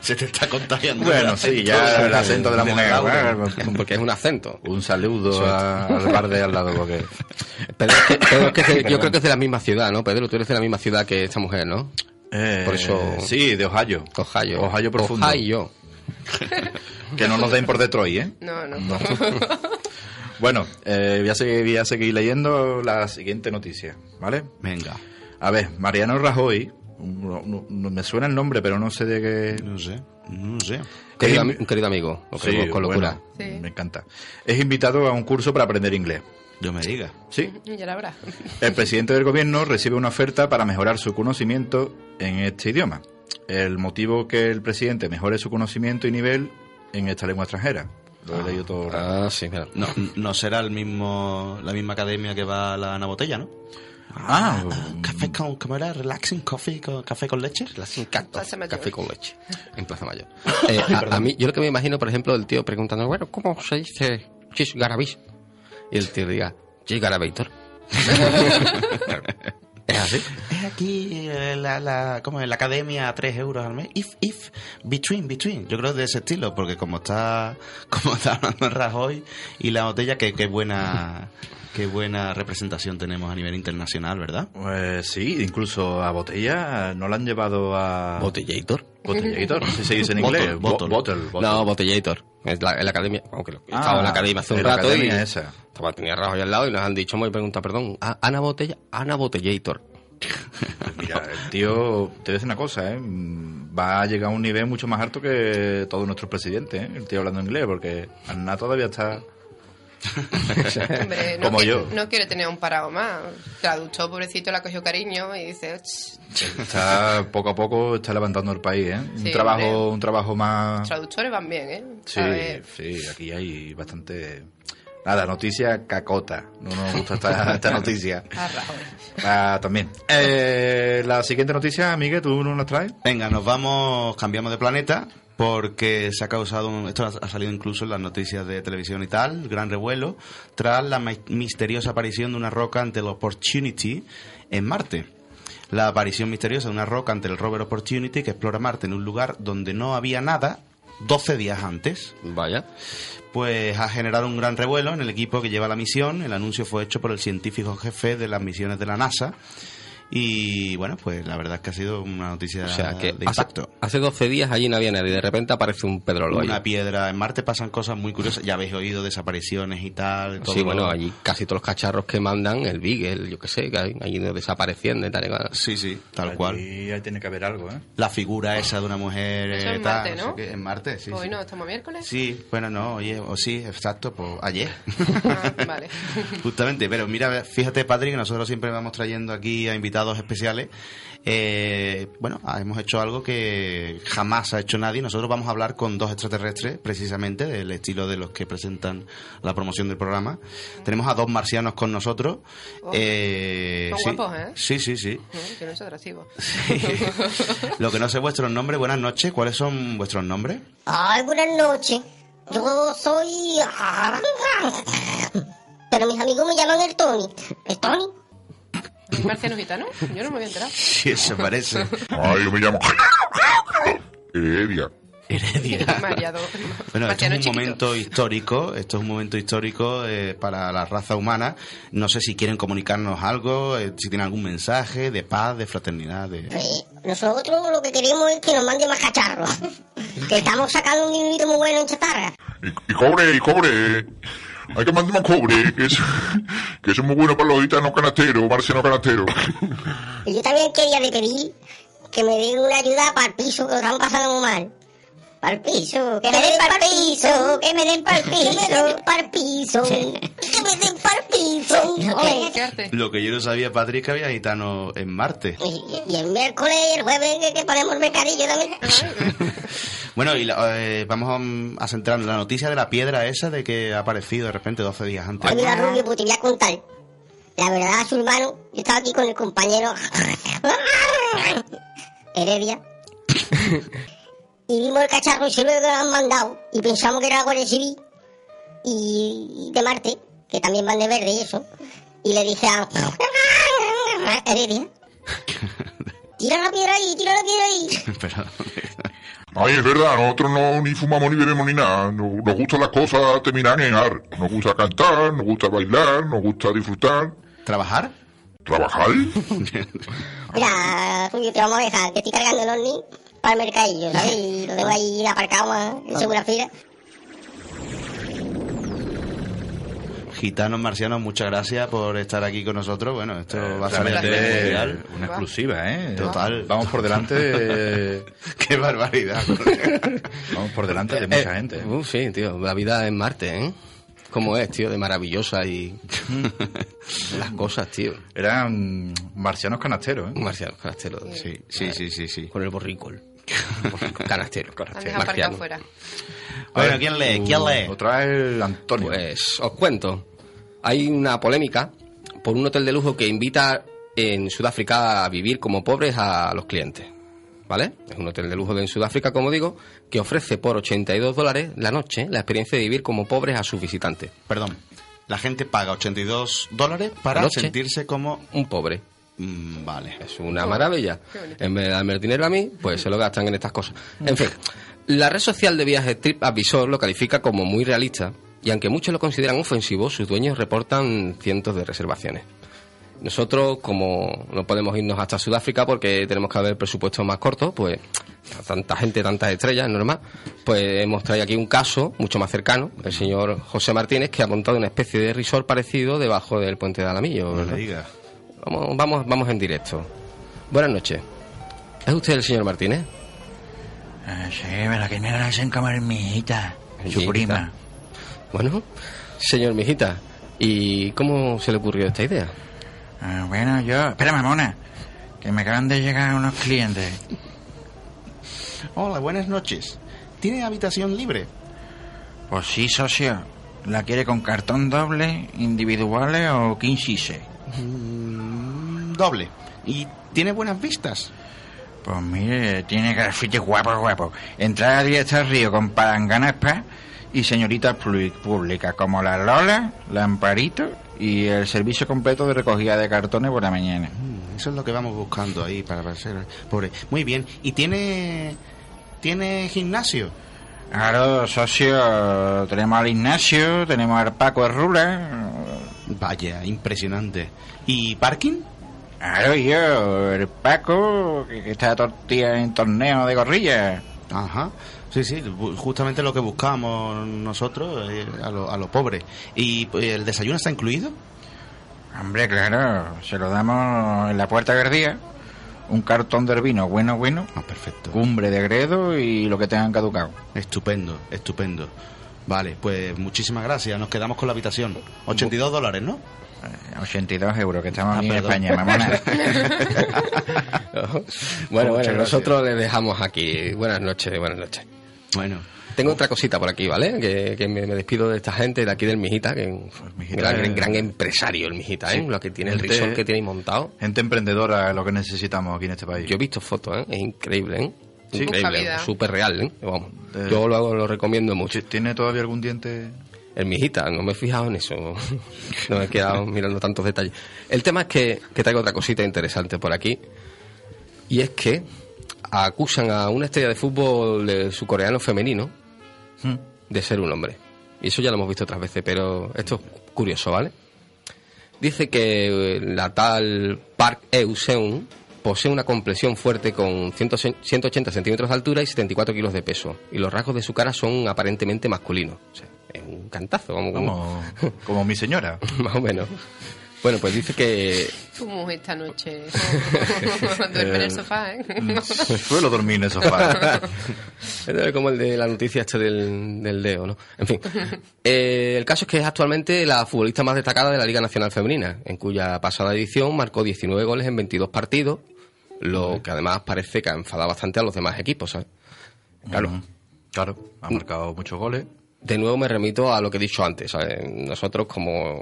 se te está contagiando. Bueno, sí, ya el acento de la mujer. Laura. Porque es un acento. Un saludo a- al bar de al lado, porque. Pedro, es que- Pedro, es que es de- yo creo que es de la misma ciudad, ¿no? Pedro, tú eres de la misma ciudad que esta mujer, ¿no? Eh, Por eso- Sí, de Ohio. Ohio. Ohio profundo. Ohio. Que no nos den por Detroit, ¿eh? No, no. no. Bueno, eh, voy, a seguir, voy a seguir leyendo la siguiente noticia, ¿vale? Venga, A ver, Mariano Rajoy, no- no- no- me suena el nombre, pero no sé de qué... no sé, no sé. Querido, ami- un querido amigo, lo que digo con locura. bueno, Sí. me encanta. Es invitado a un curso para aprender inglés. Yo me diga. Sí, ya la habrá. El presidente del gobierno recibe una oferta para mejorar su conocimiento en este idioma. El motivo que el presidente mejore su conocimiento y nivel en esta lengua extranjera. Lo he leído todo. raro. Ah, sí, claro. No, no será el mismo, la misma academia que va a la Ana Botella, ¿no? Ah, Café con, ¿cómo era? Relaxing coffee, con, café con leche. Relaxing cactus, Plaza Mayor. café con leche, en Plaza Mayor. Eh, a, a mí, yo lo que me imagino, por ejemplo, el tío preguntando, bueno, ¿cómo se dice chisgarabis? Y el tío diga, chisgarabator. ¿Es así? Es aquí eh, la, la, ¿cómo es? la academia a 3 euros al mes. If, if, between, between. Yo creo de ese estilo, porque como está, como está hablando Rajoy y la botella, que qué buena, qué buena representación tenemos a nivel internacional, ¿verdad? pues sí, incluso a botella no la han llevado a... Botellator. Botellator, no sé si se dice en inglés. Bo- Bottle, Bottle. bottle. No, botellator. Es la, es la academia, aunque lo- Ah, estaba en la academia hace un en la rato y academia esa. estaba, tenía Rajoy al lado y nos han dicho, me pregunta, perdón, ¿a- Ana Botella, Ana Botellator. Mira, el tío, te voy a decir una cosa, ¿eh? va a llegar a un nivel mucho más alto que todos nuestros presidentes, ¿eh? el tío hablando inglés, porque Ana todavía está... Hombre, no Como quiere, yo. No quiere tener un parado más. Traductor, pobrecito, la cogió cariño y dice, "Ch, Está poco a poco está levantando el país, ¿eh? Sí, un trabajo, hombre. un trabajo más. traductores van bien, ¿eh? Sí, ¿Sabes? sí, aquí hay bastante. Nada, noticia cacota. No nos gusta esta, esta noticia. Ah, Rajoy. Ah, también. Eh, la siguiente noticia, Miguel, ¿tú no la traes? Venga, nos vamos, cambiamos de planeta porque se ha causado, un- esto ha ha salido incluso en las noticias de televisión y tal, gran revuelo, tras la mi- misteriosa aparición de una roca ante el Opportunity en Marte. la aparición misteriosa de una roca ante el rover Opportunity que explora Marte en un lugar donde no había nada 12 días antes Vaya. pues ha generado un gran revuelo en el equipo que lleva la misión. El anuncio fue hecho por el científico jefe de las misiones de la NASA. Y bueno, pues la verdad es que ha sido una noticia O sea, que de hace, impacto. hace 12 días allí no había nadie. De repente aparece un Pedro Loya. Una piedra en Marte pasan cosas muy curiosas. Ya habéis oído desapariciones y tal. todo Sí, bueno, lo- allí casi todos los cacharros que mandan, el Beagle, yo qué sé, que han ido desapareciendo y tal y cual. Sí, sí, tal cual. Y ahí tiene que haber algo, ¿eh? La figura esa de una mujer. Eso eh, en tal, Marte, sé ¿no? qué. En Marte, sí. Hoy sí. no, estamos miércoles. Sí, bueno, no, oye, o sí, exacto, pues ayer. Ah, vale. Justamente, pero mira, fíjate, Patrick, que nosotros siempre vamos trayendo aquí a invitados especiales. Eh, bueno, ah, hemos hecho algo que jamás ha hecho nadie. Nosotros vamos a hablar con dos extraterrestres, precisamente, del estilo de los que presentan la promoción del programa. Tenemos a dos marcianos con nosotros. Oh. Eh, Son sí. guapos, ¿eh? Sí, sí, sí. Mm, que no es atractivo. Lo que no sé vuestros nombres, buenas noches. ¿Cuáles son vuestros nombres? Ay, buenas noches. Yo soy. ah, Pero mis amigos me llaman el Tony. ¿El Tony? ¿Es marciano gitano? Yo no me voy a enterar. Sí, eso parece. Ay, yo me llamo. Heredia. Mareado. Bueno, esto es Marciano un chiquito. momento histórico, esto es un momento histórico eh, para la raza humana. No sé si quieren comunicarnos algo, eh, si tienen algún mensaje de paz, de fraternidad, de... Eh, nosotros lo que queremos es que nos mande más cacharros. que estamos sacando un dinerito muy bueno en chatarra. Y, y cobre, y cobre. Hay que mandar más cobre, que es, que eso es muy bueno para los gitanos canasteros, marcianos canasteros. Y yo también quería de pedir que me den una ayuda para el piso, que lo estamos pasando muy mal. Para el piso, que me den para el piso, que me den para el piso, que me den para el piso, que me den para el piso. Ole. ¿Qué arte? Lo que yo no sabía, Patrick, que había gitano en Marte. Y, y el miércoles y el jueves que, que ponemos el mercadillo también. Bueno, y la- eh, vamos a, mm, a centrarnos en la noticia de la piedra esa de que ha aparecido de repente 12 días antes. Ay, mira, Rubio, pues te voy a contar. La verdad, su hermano, yo estaba aquí con el compañero Heredia. Y vimos el cacharro y se lo han mandado. Y pensamos que era la Guardia Civil y de Marte, que también van de verde y eso. Y le dije a Heredia: Tira la piedra ahí, tira la piedra ahí. Pero- Ay, es verdad, nosotros no ni fumamos ni bebemos ni nada. No- Nos, gustan las cosas terminar en ar. Nos gusta cantar, nos gusta bailar, nos gusta disfrutar. ¿Trabajar? ¿Trabajar? Mira, Rubio, te vamos a dejar, que estoy cargando el ovni para el mercadillo, ¿sabes? Y lo tengo ahí aparcado ah, en segura fila. Gitanos, marcianos, muchas gracias por estar aquí con nosotros. Bueno, esto va a salir a nivel Eh, Realmente mundial. una exclusiva, ¿eh? Total. Vamos por delante de, ¡Qué barbaridad! vamos por delante de mucha Eh, gente. uh, sí, tío, la vida en Marte, ¿eh? ¿Cómo es, tío? De maravillosa y... las cosas, tío. Eran marcianos canasteros, ¿eh? Marcianos canasteros. Sí, sí, sí, sí, sí. Con el borricol. Borricol, canastero, Antes canastero. aparcado marciano. fuera. Bueno, ¿quién Uh, lee? ¿Quién lee? Otra es el Antonio. Pues os cuento. Hay una polémica por un hotel de lujo que invita en Sudáfrica a vivir como pobres a los clientes. ¿Vale? Es un hotel de lujo de en Sudáfrica, como digo, que ofrece por 82 dólares la noche la experiencia de vivir como pobres a sus visitantes. Perdón. La gente paga 82 dólares para Noche. sentirse como... Un pobre. Mm, vale. Es una maravilla. En vez de darme el dinero a mí, pues se lo gastan en estas cosas. En fin, la red social de viajes TripAdvisor lo califica como muy realista y aunque muchos lo consideran ofensivo, sus dueños reportan cientos de reservaciones. Nosotros, como no podemos irnos hasta Sudáfrica porque tenemos que haber presupuestos más cortos, pues a tanta gente, tantas estrellas, es normal, pues hemos traído aquí un caso mucho más cercano, el señor José Martínez, que ha montado una especie de resort parecido debajo del puente de Alamillo. No ¿verdad? le digas. Vamos, vamos, vamos en directo. Buenas noches. ¿Es usted el señor Martínez? Ah, Sí, me la que me hacen comer mi hijita, su Hijita. prima. Bueno, señor Mijita, ¿y cómo se le ocurrió esta idea? Ah, bueno, yo... Espera, mamona, que me acaban de llegar unos clientes. Hola, buenas noches. ¿Tiene habitación libre? Pues sí, socio. ¿La quiere con cartón doble, individuales o 15 Mm, doble. ¿Y tiene buenas vistas? Pues mire, tiene grafitis guapo, guapo. Entrada directa al río con palangana spa y señoritas plu- públicas como la Lola, Lamparito y el servicio completo de recogida de cartones por la mañana. Eso es lo que vamos buscando ahí para parecer ¿eh? pobre. Muy bien. ¿Y tiene tiene gimnasio? Claro, socio, tenemos al Ignacio, tenemos al Paco Herrula. Vaya, impresionante. ¿Y parking? Claro, yo, el Paco, que que está tortilla en torneo de gorrilla. Ajá. Sí, sí, bu- justamente lo que buscamos nosotros, eh, a los a lo pobres. ¿Y eh, el desayuno está incluido? Hombre, claro, se lo damos en la puerta del día. Un cartón de vino bueno, bueno. Ah, perfecto. Cumbre de Gredo y lo que tengan caducado. Estupendo, estupendo. Vale, pues muchísimas gracias. Nos quedamos con la habitación. 82 dólares, ¿no? Eh, 82 euros, que estamos Ah, aquí en perdón. España, mamona. Pues Bueno, Muchas bueno, gracias. nosotros le dejamos aquí. Buenas noches, buenas noches. Bueno. Tengo otra cosita por aquí, ¿vale? Que, que me, me despido de esta gente de aquí del Mijita, que es un gran, Pues es- gran empresario el Mijita, ¿eh? Sí. Lo que tiene el Gente- resort que tiene ahí montado. Gente emprendedora es lo que necesitamos aquí en este país. Yo he visto fotos, ¿eh? Es increíble, ¿eh? Sí. Mucha Increíble, vida. súper real, ¿eh? Vamos. Eh, Yo lo, hago- lo recomiendo mucho. ¿Tiene todavía algún diente? El mijita, no me he fijado en eso. No me he quedado mirando tantos detalles. El tema es que, que traigo otra cosita interesante por aquí. Y es que acusan a una estrella de fútbol de surcoreano femenino Hmm. de ser un hombre. Y eso ya lo hemos visto otras veces, pero esto es curioso, ¿vale? Dice que eh, la tal Park Euseung posee una complexión fuerte con 100 180 centímetros de altura y 74 kilos de peso. Y los rasgos de su cara son aparentemente masculinos. O sea, es un cantazo, vamos. Como, como mi señora. Más o menos. Bueno, pues dice que Tu mujer esta noche duerme en el sofá, ¿eh? mm, Suelo dormir en el sofá. Es como el de la noticia este del, del Deo, ¿no? En fin. Eh, el caso es que es actualmente la futbolista más destacada de la Liga Nacional Femenina, en cuya pasada edición marcó 19 goles en 22 partidos, lo que además parece que ha enfadado bastante a los demás equipos, ¿sabes? Claro. Claro, ha marcado muchos goles. De nuevo me remito a lo que he dicho antes, ¿sabes? Nosotros como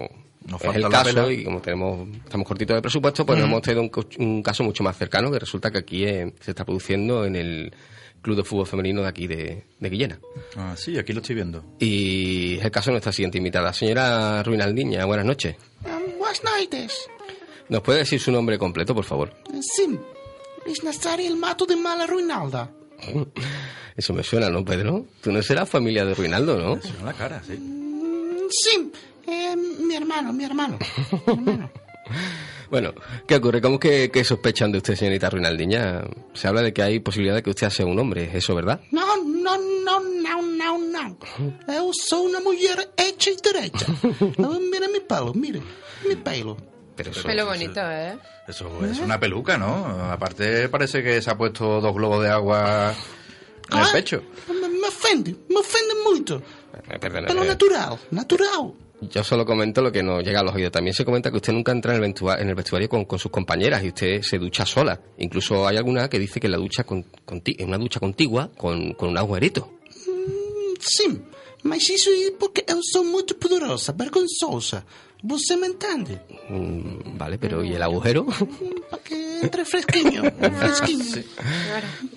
Nos es falta el la caso vela. y como tenemos estamos cortitos de presupuesto, pues nos Ujú. hemos traído un, co- un caso mucho más cercano que resulta que aquí eh, se está produciendo en el Club de Fútbol Femenino de aquí de, de Guillena. Ah, sí, aquí lo estoy viendo. Y es el caso de nuestra siguiente invitada, señora Ruinaldiña. Buenas noches. Um, buenas noches. Eh, ¿Nos puede decir su nombre completo, por favor? Sim. Es Nazari el mato de mala Ruinalda. Eso me suena, ¿no, Pedro? Tú no serás familia de Ruinaldo, ¿no? la cara, sí. Mm, Sim. Eh, mi hermano, mi hermano. Bueno, ¿qué ocurre? ¿Cómo que, que sospechan de usted, señorita Ruinaldiña? Se habla de que hay posibilidad de que usted sea un hombre, ¿eso verdad? No, no, no, no, no, no. Eu sou una mujer hecha y derecha. Ah, mira mi pelo, mire. Mi pelo. Pero eso, Pelo bonito, ¿eh? eso es una peluca, ¿no? Aparte parece que se ha puesto dos globos de agua en Ah. el pecho. Me, me ofende, me ofende mucho. Eh, Perdona. Pelo eh, natural, natural. Yo solo comento lo que nos llega a los oídos. También se comenta que usted nunca entra en el ventua- en el vestuario, con, con sus compañeras y usted se ducha sola. Incluso hay alguna que dice que la ducha con, conti- en una ducha contigua con, con un agujerito. Sim, mas isso é porque eu sou muito poderosa, vergonzosa. Você me entende? Mm, vale, pero ¿y el agujero? Porque entre fresquinho, fresquinho.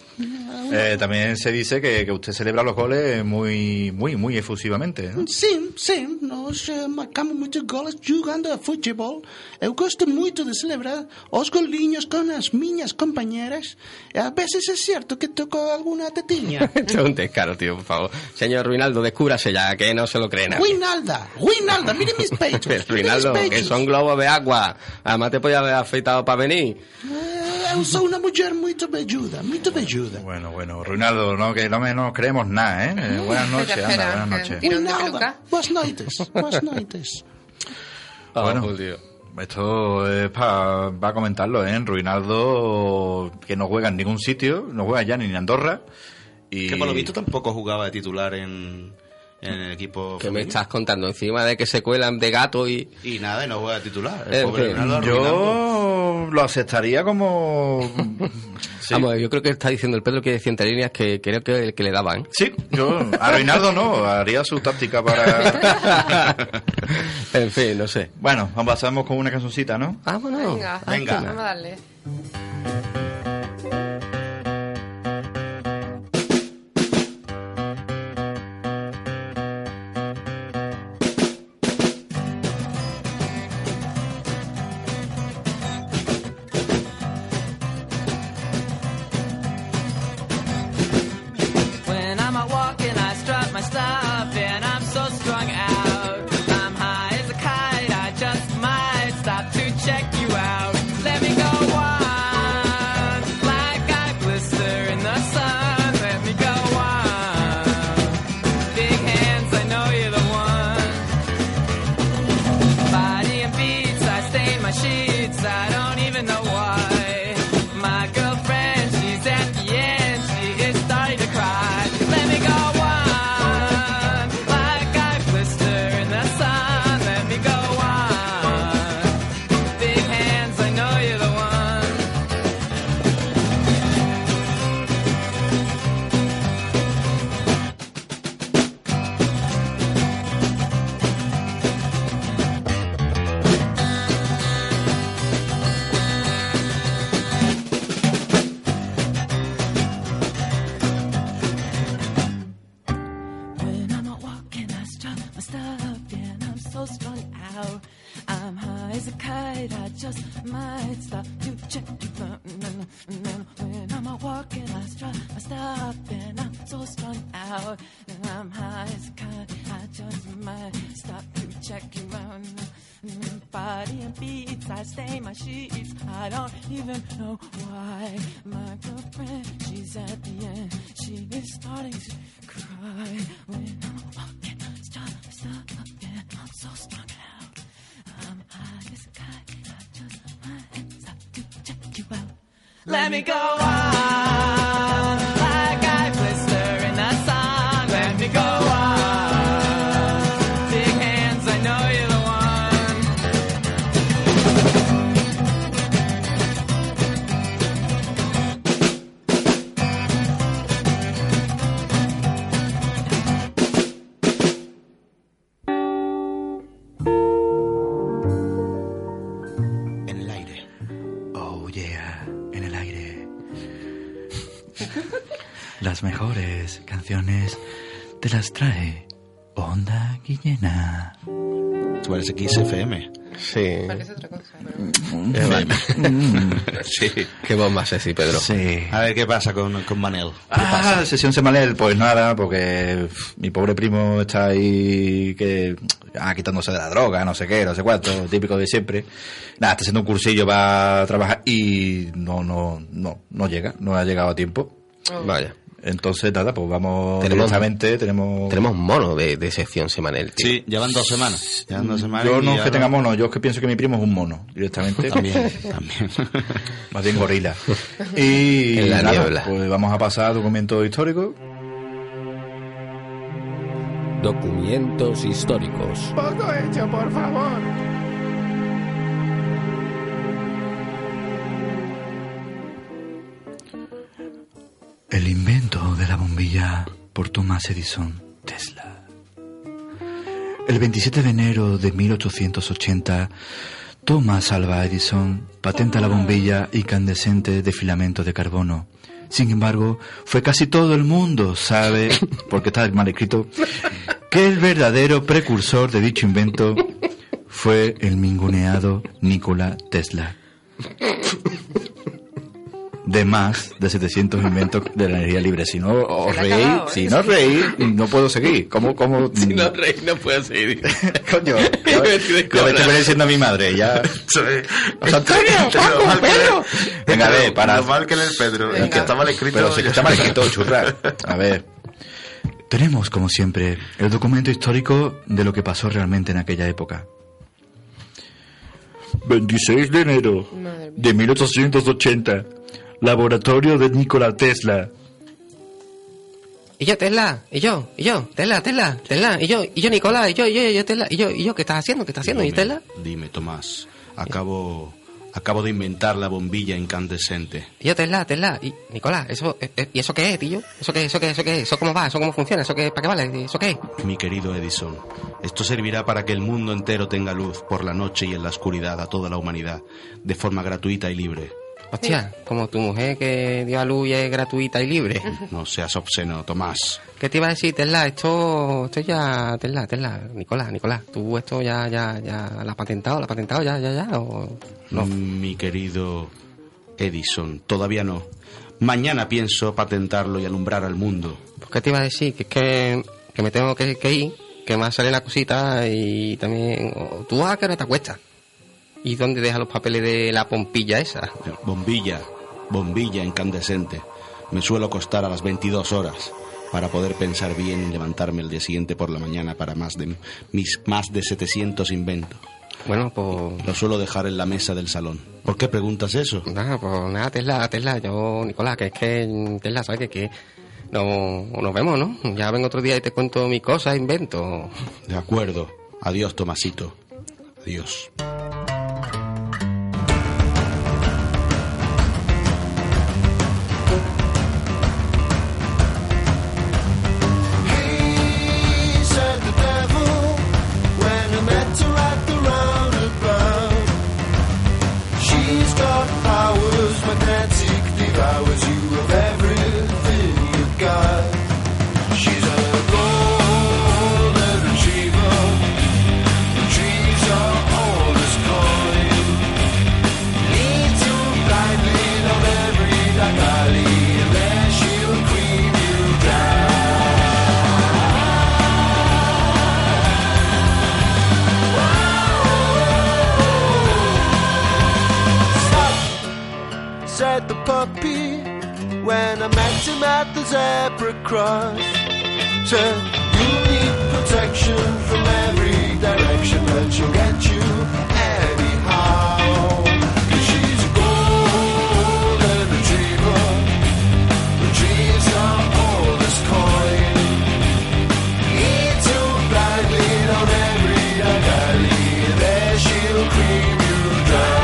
É. Eh, también se dice que, que usted celebra los goles muy, muy, muy efusivamente. ¿eh? ¿no? Sim, sim, nós eh, marcamos muitos gols jogando a futebol. Eu gosto muito de celebrar os golinhos com as minhas companheiras. Às vezes é certo que toco alguma tetinha. Esto es un descaro, tío, por favor. Señor Ruinaldo, descúbrase ya, que no se lo cree nadie. Ruinalda, Ruinalda, mire mis peitos. Ruinaldo, mire mis que peitos. son globos de agua. Además te podía haber afeitado para venir. Eh, Eu sou uma mulher muito belluda, muito belluda. Bueno, bueno, Reinaldo, no, que no, me- no creemos nada, ¿eh? Eh, Buenas noches, Mm, Espera, anda, espera, buenas noches. que- Ruinalda, boas noites, boas noites. Ah, Bueno, esto es para comentarlo, ¿eh? Ruinaldo, que no juega en ningún sitio, no juega ya ni en Andorra. Y... Que por lo visto tampoco jugaba de titular en, en el equipo. Que me femenino. estás contando encima de que se cuelan de gato y... Y nada, y no juega de titular. El Eh, pobre en fin, Ronaldo arruinando. Yo lo aceptaría como... Vamos, yo creo que está diciendo el Pedro que decía entre líneas que creo que, que le daban. Sí, yo a Reinaldo no, haría su táctica para... en fin, no sé. Bueno, pasamos con una cancioncita, ¿no? Vámonos. Venga, Venga. vamos a darle. time I walk and I strut my stuff, and I'm so strung out. I'm high as a kite, I just might stop to check you out. Let me go on, like I blister in the sun. Let me go on, big hands, I know you're the one. Body and beats, I stain my sheets, I don't even know why. My girlfriend, she's at the end, she is starting to cry. Let me go on, like I blister in the sun. Let me go on, big hands, I know you're the one. When I'm at work and I strut my stuff and I'm so strung out. I'm high as a kite, I just might stop to check you out. No, no, no, no. When I'm at work and I strut my stuff and I'm so strung out. And I'm high as a kite, I just might stop to check you out. No, no, no. Body and beats, I stain my sheets. I don't even know why. My girlfriend, she's at the end. She is starting to cry. When I'm walking, stop, stop, again. I'm so strung out. I'm high as a kite. I just might stop to check you out. Let me go on, like I blister in the sun. Let me go on, big hands, I know you're the one. En el aire. Oh yeah, en el aire. Las mejores canciones te las trae Onda Guillena. Tú eres XFM. Sí. es otra cosa. Mm. sí. Qué bomba sexy, Pedro. Sí. A ver qué pasa con, con Manel. Ah, sesión semanal, pues nada, porque uf, mi pobre primo está ahí que ah, quitándose de la droga, no sé qué, no sé cuánto, típico de siempre. Nada, está haciendo un cursillo, va a trabajar y no, no, no, no llega, no ha llegado a tiempo. Vaya. Entonces, nada, pues vamos Tenemos- directamente, tenemos... Tenemos mono de, de sección semanal. tío. Sí, llevan dos semanas. Llevan dos semanas. Yo y no es ya que tenga mono, yo es que pienso que mi primo es un mono, directamente. También, también. Más bien gorila. Y En la nada, niebla. pues vamos a pasar a documentos históricos. Documentos históricos. Poco hecho, por favor. El invento de la bombilla por Thomas Edison Tesla. El 27 de enero de 1880, Thomas Alva Edison patenta la bombilla incandescente de filamento de carbono. Sin embargo, fue casi todo el mundo sabe, porque está mal escrito, que el verdadero precursor de dicho invento fue el minguneado Nikola Tesla. de más de 700 inventos de la energía libre. Si no os la ha reí, cagado, ¿eh? si no os reí, no puedo seguir. ¿Cómo, cómo? Si no reí, no puedo seguir. Coño, ya me ya me estoy diciendo a mi madre, ya. O sea, Antonio, Paco, Pedro. Venga, a ver, para. Lo mal que lee el Pedro. El que está mal escrito. Pero sí que está mal escrito, churra. A ver. Tenemos, como siempre, el documento histórico de lo que pasó realmente en aquella época. 26 de enero de 1880. Laboratorio de Nikola Tesla. Y yo, Tesla, y yo, y yo, Tesla, Tesla, Tesla, y yo, y yo, Nicolás, y yo, y yo, y yo, Tesla, y yo, y yo, ¿qué estás haciendo? ¿Qué estás haciendo? ¿Y Tesla? Dime, Tomás. Acabo, acabo de inventar la bombilla incandescente. Y yo, Tesla, Tesla, y Nicolás, ¿eso, eh, eh, ¿y eso qué es, tío? ¿Eso qué, eso qué, eso qué, eso cómo va, eso cómo funciona, eso qué, para qué vale, eso qué? Mi querido Edison, esto servirá para que el mundo entero tenga luz por la noche y en la oscuridad a toda la humanidad, de forma gratuita y libre. Hostia, como tu mujer que dio a luz y es gratuita y libre. No seas obsceno, Tomás. ¿Qué te iba a decir, Tesla? Esto, esto ya, Tesla, Tesla, Nicolás, Nicolás, tú esto ya, ya, ya, la has patentado, la has patentado, ya, ya, ya, o... Mi querido Edison, todavía no. Mañana pienso patentarlo y alumbrar al mundo. Pues qué te iba a decir, que es que, que me tengo que, que ir, que me sale la cosita y también... o- ¿Tú a qué hora te acuestas? ¿Y dónde dejas los papeles de la pompilla esa? Bombilla, bombilla incandescente. Me suelo acostar a las 22 horas para poder pensar bien y levantarme el día siguiente por la mañana para más de mis más de 700 inventos. Bueno, pues... Lo suelo dejar en la mesa del salón. ¿Por qué preguntas eso? Nada, pues nada, Tesla, Tesla, yo, Nicolás, que es que, mm, Tesla, ¿sabes que, que no, nos vemos, ¿no? Ya vengo otro día y te cuento mis cosas, invento. De acuerdo. Adiós, Tomasito. Adiós. He said the devil when he met her at the roundabout. She's got powers, magnetic devours you of everything you've got. She's a golden retriever, retrieves your oldest coin. Leads you blindly down every dark alley, and there she'll creep you down. Stop, said the puppy when I met him at the zebra cross. Said, You need protection from every direction, and she'll get you anyhow. 'Cause she's a golden retriever, retrieves your oldest coin. Leads you blindly down every dark alley, there she'll creep you down.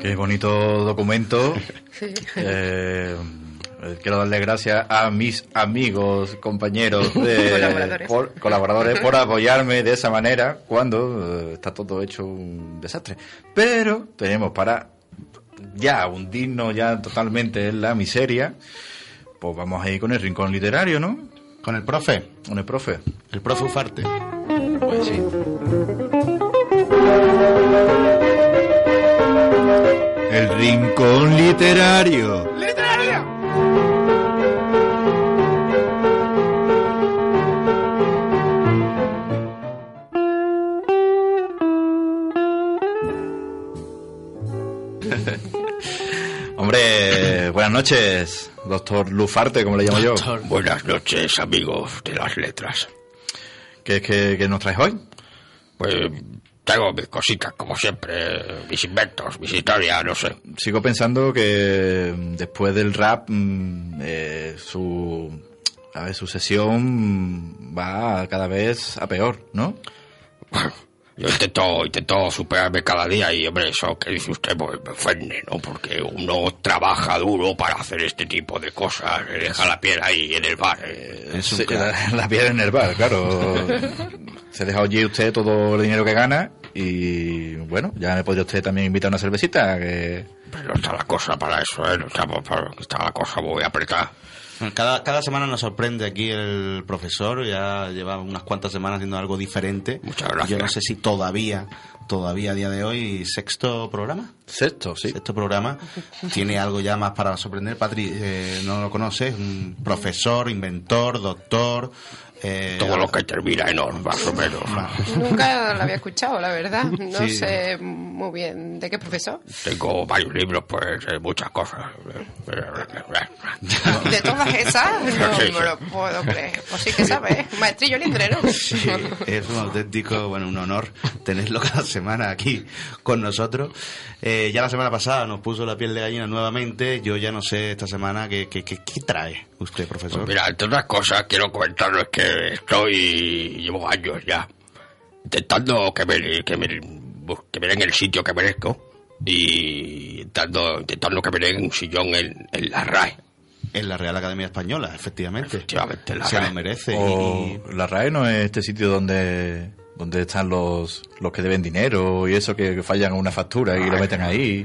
Qué bonito documento. Eh, eh, quiero darle gracias a mis amigos, compañeros, de- Colaboradores. por, colaboradores por apoyarme de esa manera cuando eh, está todo hecho un desastre. Pero tenemos para ya hundirnos ya totalmente en la miseria. Pues vamos a ir con el rincón literario, ¿no? Con el profe. Con el profe. El profe Ufarte. Pues sí. El rincón literario. Hombre, buenas noches, doctor Lufarte, como le llamo yo. Doctor. Buenas noches, amigos de las letras. ¿Qué, qué, qué nos traes hoy? Pues tengo mis cositas, como siempre, mis inventos, mis historias, no sé. Sigo pensando que mm, después del rap, mm, eh, su, a ver, su sesión mm, va cada vez a peor, ¿no? Yo intento, intento superarme cada día y, hombre, eso que dice usted pues, me ofende, ¿no? Porque uno trabaja duro para hacer este tipo de cosas, le deja la piel ahí en el bar. eh. Sí, la, la piel en el bar, claro. Se deja allí usted todo el dinero que gana y, bueno, ya me podría usted también invitar a una cervecita. Que... Pero está la cosa para eso, ¿eh? No estamos para- está la cosa muy apretada. Bueno, Cada, cada semana nos sorprende aquí el profesor, ya lleva unas cuantas semanas haciendo algo diferente. Muchas gracias. Yo no sé si todavía, todavía a día de hoy, sexto programa. Sexto, sí. Sexto programa. Tiene algo ya más para sorprender. Patri, eh, no lo conoces, un profesor, inventor, doctor, Eh, Todo lo que termina en or, más o menos. Nunca la había escuchado, la verdad. No Sí. sé muy bien de qué profesor. Tengo varios libros, pues, eh, muchas cosas. De todas esas, no Sí, sí. me lo puedo creer. Pues sí que sabes, maestrillo lindrero. eh, Es un auténtico, bueno, un honor tenerlo cada semana aquí con nosotros. Eh, ya la semana pasada nos puso la piel de gallina nuevamente. Yo ya no sé esta semana qué, qué, qué- qué trae usted, profesor. Pues mira, entre otras cosas, quiero comentaros que estoy. llevo años ya intentando que me, que me, que me den el sitio que merezco y intentando, intentando que me den un sillón en, en la RAE. En la Real Academia Española, efectivamente. Efectivamente, la Se lo RAE. merece. O y- la RAE no es este sitio donde donde están los los que deben dinero y eso que, que fallan una factura y lo meten ahí.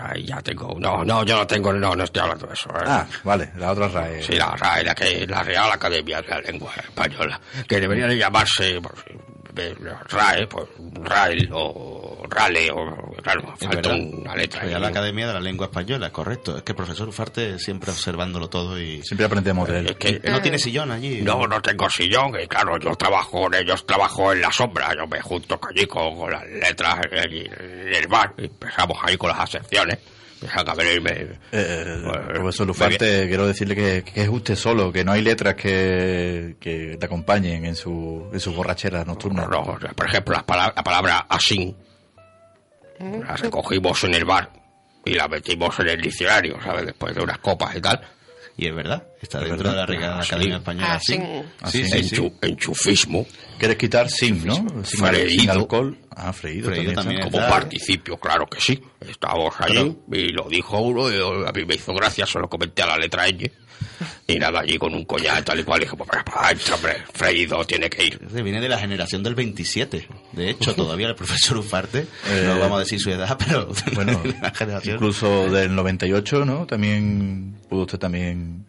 Ay, ya tengo. No, no, yo no tengo. No, no estoy hablando de eso. eh. Ah, vale, la otra RAE. Sí, la RAE, la, que, la Real Academia de la Lengua Española, que debería de llamarse pues, eh, RAE, pues RAEL o RALE, o claro, Es falta verdad. una letra. ahí. Real Academia de la Lengua Española, correcto. Es que el profesor Ufarte siempre observándolo todo y... Siempre aprendemos de él. Eh, no tiene sillón allí. No, no tengo sillón, y claro, yo trabajo con ellos, trabajo en la sombra, yo me junto con allí con, con las letras en el, en el bar, y empezamos ahí con las acepciones, empiezan a venirme... Eh, Bueno, profesor Pues, muy Lufarte, quiero decirle que, que es usted solo, que no hay letras que, que te acompañen en su, en sus borracheras nocturnas. No, por ejemplo, la palabra, la palabra así la recogimos en el bar y la metimos en el diccionario, ¿sabes? Después de unas copas y tal. Y es verdad, está dentro de la Real Academia Española, Ah, así. Así. Ah, Sí, sí, sí. enchufismo. Quieres quitar sim, ¿no? Sin, al- sin Freído. alcohol. Ah, freído, también. está. como participio, claro que sí. Estábamos allí y lo dijo uno y a mí me hizo gracia, se lo comenté a la letra ñ. Y nada, allí con un collar tal y cual, dije, pues, ay, hombre, freído tiene que ir. Sí, Viene de la generación del 27. De hecho, todavía el profesor Ufarte, no vamos a decir su edad, pero bueno, la generación. Incluso del 98, ¿no? También pudo usted también...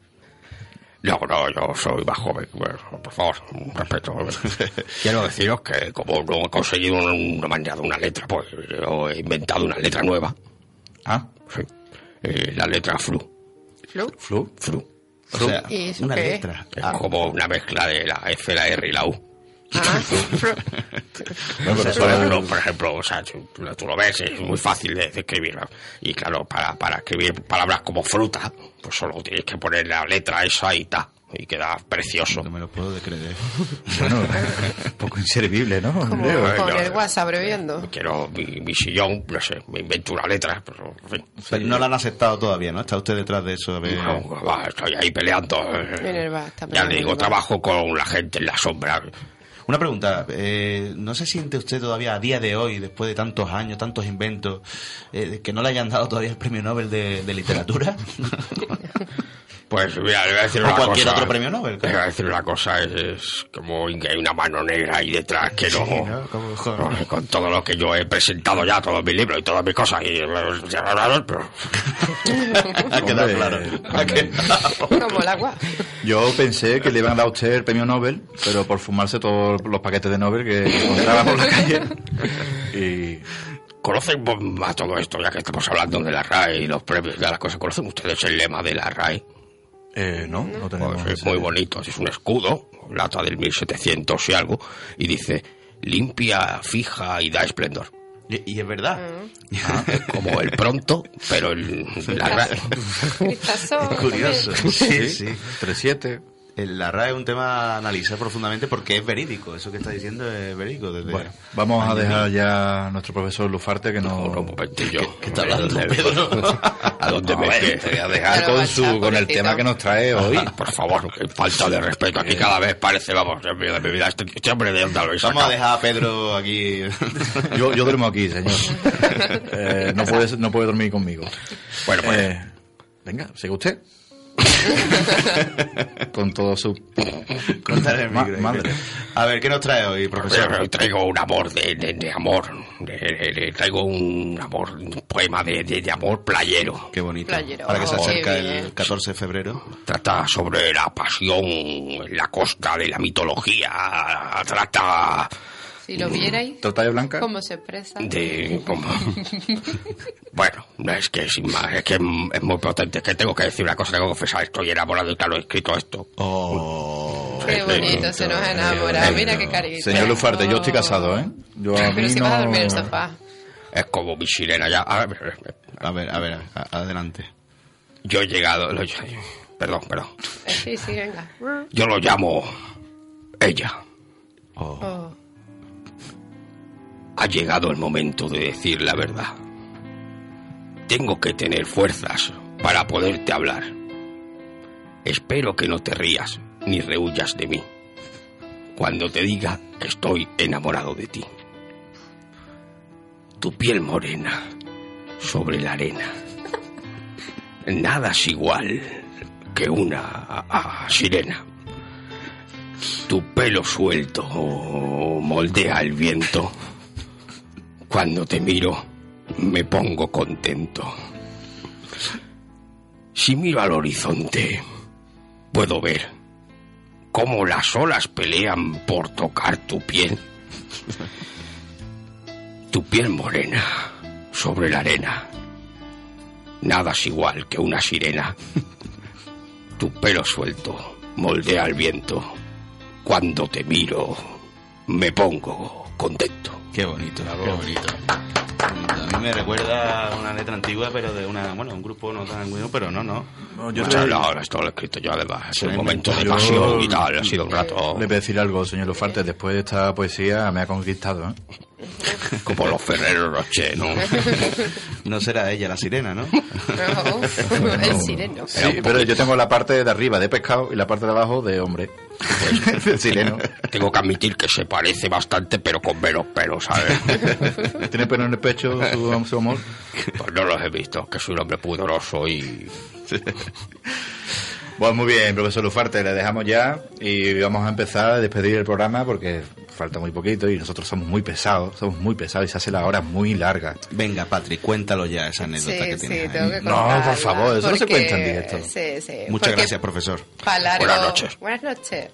No, no, yo soy más joven. Bueno, por favor, un respeto. Quiero deciros que como no he conseguido una manera de una letra, pues yo he inventado una letra nueva. Ah. Sí. Eh, la letra flu. ¿Flu? ¿Flu? Flu. O sea, ¿Y eso una qué es? letra. Es Ah, como una mezcla de la F, la R y la U. Ah. Bueno, por, pero ejemplo, eso- por ejemplo, o sea, tú, tú lo- tú lo ves, es muy fácil de, de escribir. ¿no? Y claro, para, para escribir palabras como fruta, pues solo tienes que poner la letra esa y ta. Y queda precioso. No me lo puedo decreer. Bueno, un poco inservible, ¿no? Creo. Con el WhatsApp bebiendo. Quiero mi, mi sillón, no sé, me invento una letra, pero en fin. Pero no la han aceptado todavía, ¿no? Está usted detrás de eso. A ver. No, va, estoy ahí peleando. eh. En el bar, está peleando Ya le en el digo, bar. trabajo con la gente en la sombra. Una pregunta. eh, ¿No se siente usted todavía a día de hoy, después de tantos años, tantos inventos, eh, que no le hayan dado todavía el premio Nobel de, de literatura? Pues mira, le voy a decir O una cualquier cosa. otro premio Nobel, Le voy a decir una cosa, es, es como que hay una mano negra ahí detrás que no... Ay, Con todo lo que yo he presentado ya, todos mis libros y todas mis cosas, y... eh, pero- Ha quedado claro. Como el agua. Yo pensé que le iban a dar a usted el premio Nobel, pero por fumarse todos los paquetes de Nobel que encontraba por la calle. Y... ¿Conocen vos- a todo esto, ya que estamos hablando de la RAE y los premios de las cosas? ¿Conocen ustedes el lema de la RAE? Eh, no, no tenemos... Pues es muy bonito, es un escudo, lata del 1700 y algo, y dice, limpia, fija y da esplendor. Y, es verdad. es como el pronto, pero el, la RAE. Es curioso. Sí, 3-7. Eh, La RAE es un tema a analizar profundamente porque es verídico. Eso que está diciendo es verídico. Desde Bueno, vamos a dejar ya a nuestro profesor Lufarte que no... que, está hablando Pedro. ¿A dónde me Hombre, te voy a dejar con, su, con el tema que nos trae hoy. Por favor, que falta de respeto. Aquí cada vez parece, vamos, Dios mío de mi vida, este, este hombre de onda lo habéis Vamos a sacado? dejar a Pedro aquí. Yo, yo duermo aquí, señor. Eh, no, puede, no puede dormir conmigo. Bueno, pues... venga, sigue usted. con todo su... Cortar el Ma- micro. madre. A ver, ¿qué nos trae hoy, profesor? Pero traigo un amor de, de- de amor. de- de- de- traigo un amor, un poema de, de- de amor playero. Qué bonito. Playero. Para que se Oh, acerca qué bien. el 14 de febrero. Trata sobre la pasión en la costa de la mitología. Trata Si lo vierais, ¿Trata de blanca? cómo se expresa. de como- bueno, no, es que sin más, es que mm, es muy potente. Es que tengo que decir una cosa, tengo que confesar, estoy enamorado y claro, he escrito esto. Oh. Qué bonito, se nos enamora. Mira qué carita. Señor Lufarte, yo estoy casado, ¿eh? Yo a Pero mí si vas a no... dormir en el sofá. Es como mi sirena ya. A ver, a ver, a ver, a- adelante. Yo he llegado. lo- yo- perdón, perdón. Eh, Sí, sí, venga. Yo lo llamo ella. Oh. Ha llegado el momento de decir la verdad. Tengo que tener fuerzas para poderte hablar. Espero que no te rías ni rehuyas de mí cuando te diga que estoy enamorado de ti. Tu piel morena sobre la arena. Nada es igual que una ah, sirena. Tu pelo suelto moldea el viento. Cuando te miro, me pongo contento. Si miro al horizonte, puedo ver cómo las olas pelean por tocar tu piel. Tu piel morena sobre la arena. Nada es igual que una sirena. Tu pelo suelto moldea el viento. Cuando te miro, me pongo contento. Qué bonito, qué bonito. A mí me recuerda una letra antigua, pero de una, bueno, un grupo no tan antiguo, pero no, no. Muchas gracias, esto lo he escrito yo además. Es un Tremendo. momento de Pues Yo- pasión y tal, ha sido un rato Le voy a decir algo, señor Lufarte. Después de esta poesía me ha conquistado, ¿eh? como los Ferrero Rocher, ¿no? No será ella la sirena, ¿no? No, uf, el sireno. Sí, pero yo tengo la parte de arriba de pescado y la parte de abajo de hombre. De sireno. Tengo que admitir que se parece bastante, pero con menos pelo, ¿sabes? Tiene pelo en el pecho, su, su amor. Pues no los he visto, que soy un hombre pudoroso y... Bueno, Pues muy bien, profesor Lufarte, le dejamos ya y vamos a empezar a despedir el programa porque falta muy poquito y nosotros somos muy pesados, somos muy pesados y se hace la hora muy larga. Venga, Patrick, cuéntalo ya esa Sí, anécdota que sí, tienes. ahí. tengo que No, por favor, eso no se porque- cuenta en directo. Sí, sí. Muchas porque gracias, profesor. pa' largo- Buenas noches. Buenas noches.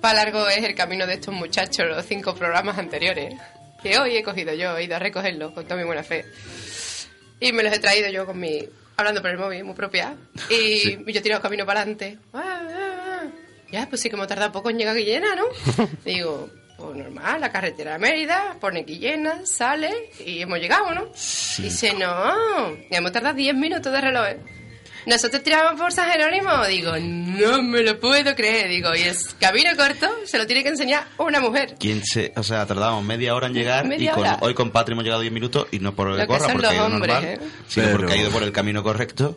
Para largo es el camino de estos muchachos, los cinco programas anteriores, que hoy he cogido yo, he ido a recogerlos con toda mi buena fe. Y me los he traído yo con mi... Hablando por el móvil, muy propia. Y yo he tirado camino para adelante. Ah, ah, ah. Ya, pues sí que hemos tardado poco en llegar a Guillena, ¿no? Digo, pues normal, la carretera de Mérida, pone Guillena, sale y hemos llegado, ¿no? Dice, no, ya hemos tardado 10 minutos de reloj. ¿eh? Nosotros tiramos por San Jerónimo. Digo, no me lo puedo creer. Digo, y es camino corto, se lo tiene que enseñar una mujer. ¿Quién se, o sea, tardamos media hora en llegar Media y con- hora. hoy con Patri hemos llegado 10 minutos y no por Lo el que gorra, son porque ha los ido hombres, normal, ¿eh? sino Pero- porque ha ido por el camino correcto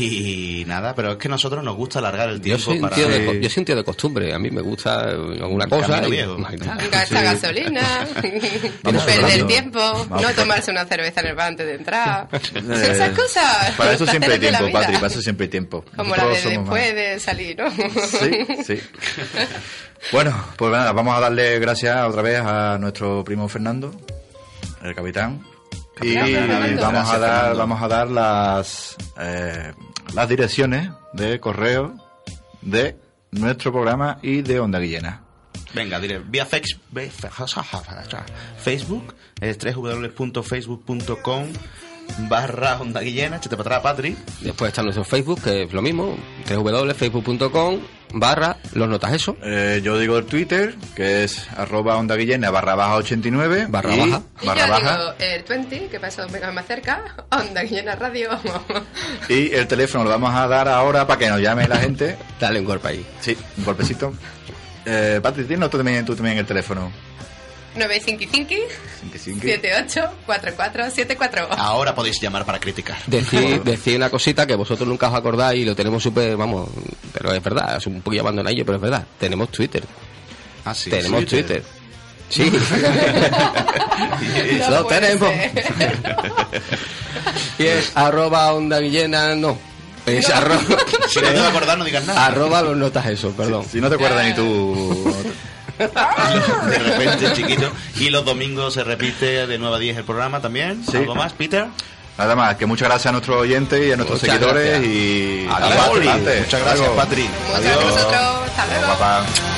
y nada, pero es que a nosotros nos gusta alargar el Yo tiempo soy, un para... tío de, co- yo soy un tío de costumbre, a mí me gusta eh, alguna cosa. Camino y- viejo. Gasta Sí. gasolina, Vamos perder hablando. tiempo, Vamos. no tomarse una cerveza en el bar antes de entrar. Son Eh, esas cosas. Para eso los siempre hay placeres de la tiempo, vida. Patri, para eso siempre hay tiempo. Como la de Nosotros somos después de salir, ¿no? más. Sí, sí. Bueno, pues nada, vamos a darle gracias otra vez a nuestro primo Fernando, el capitán. Y Capitán Fernando. vamos a Gracias, dar, Fernando. vamos a dar las, eh, las direcciones de correo de nuestro programa y de Onda Guillena. Venga, diré, vía fex- ve- fe- Facebook, eh, es www.facebook.com barra Onda Guillena, échate para atrás, Patri. Después está nuestro Facebook, que es lo mismo, www.facebook.com barra los notas eso. Eh, yo digo el Twitter, que es arroba Onda Guillena barra baja 89. Barra baja. Y Barra yo baja. digo, el 20, que pasa dos megas más cerca, onda, Guillena Radio. Y el teléfono lo vamos a dar ahora para que nos llame la gente. Dale un golpe ahí. Sí, un golpecito. Eh, Patri, tienes tú también, tú también el teléfono. 955 78 4474. Ahora podéis llamar para criticar. Decir, decir una cosita que vosotros nunca os acordáis y lo tenemos súper, vamos, pero es verdad, es un poquillo abandonadillo, pero es verdad, tenemos Twitter. Ah, sí. Tenemos Twitter. Twitter. Sí. No lo puede tenemos. ser. y es arroba onda villena, no. Es arroba... Si no te vas a acordar, no digas nada. Arroba los notas eso, perdón. Si no te acuerdas ni tú. De repente, chiquito. Y los domingos se repite de 9 a 10 el programa también. Sí. ¿Algo más, Peter? Nada más, que muchas gracias a nuestros oyentes y a nuestros Muchas seguidores gracias. y Adiós. Adelante, adelante. Muchas gracias, Luego. Patri. Muchas gracias a vosotros. Hasta luego. Papá.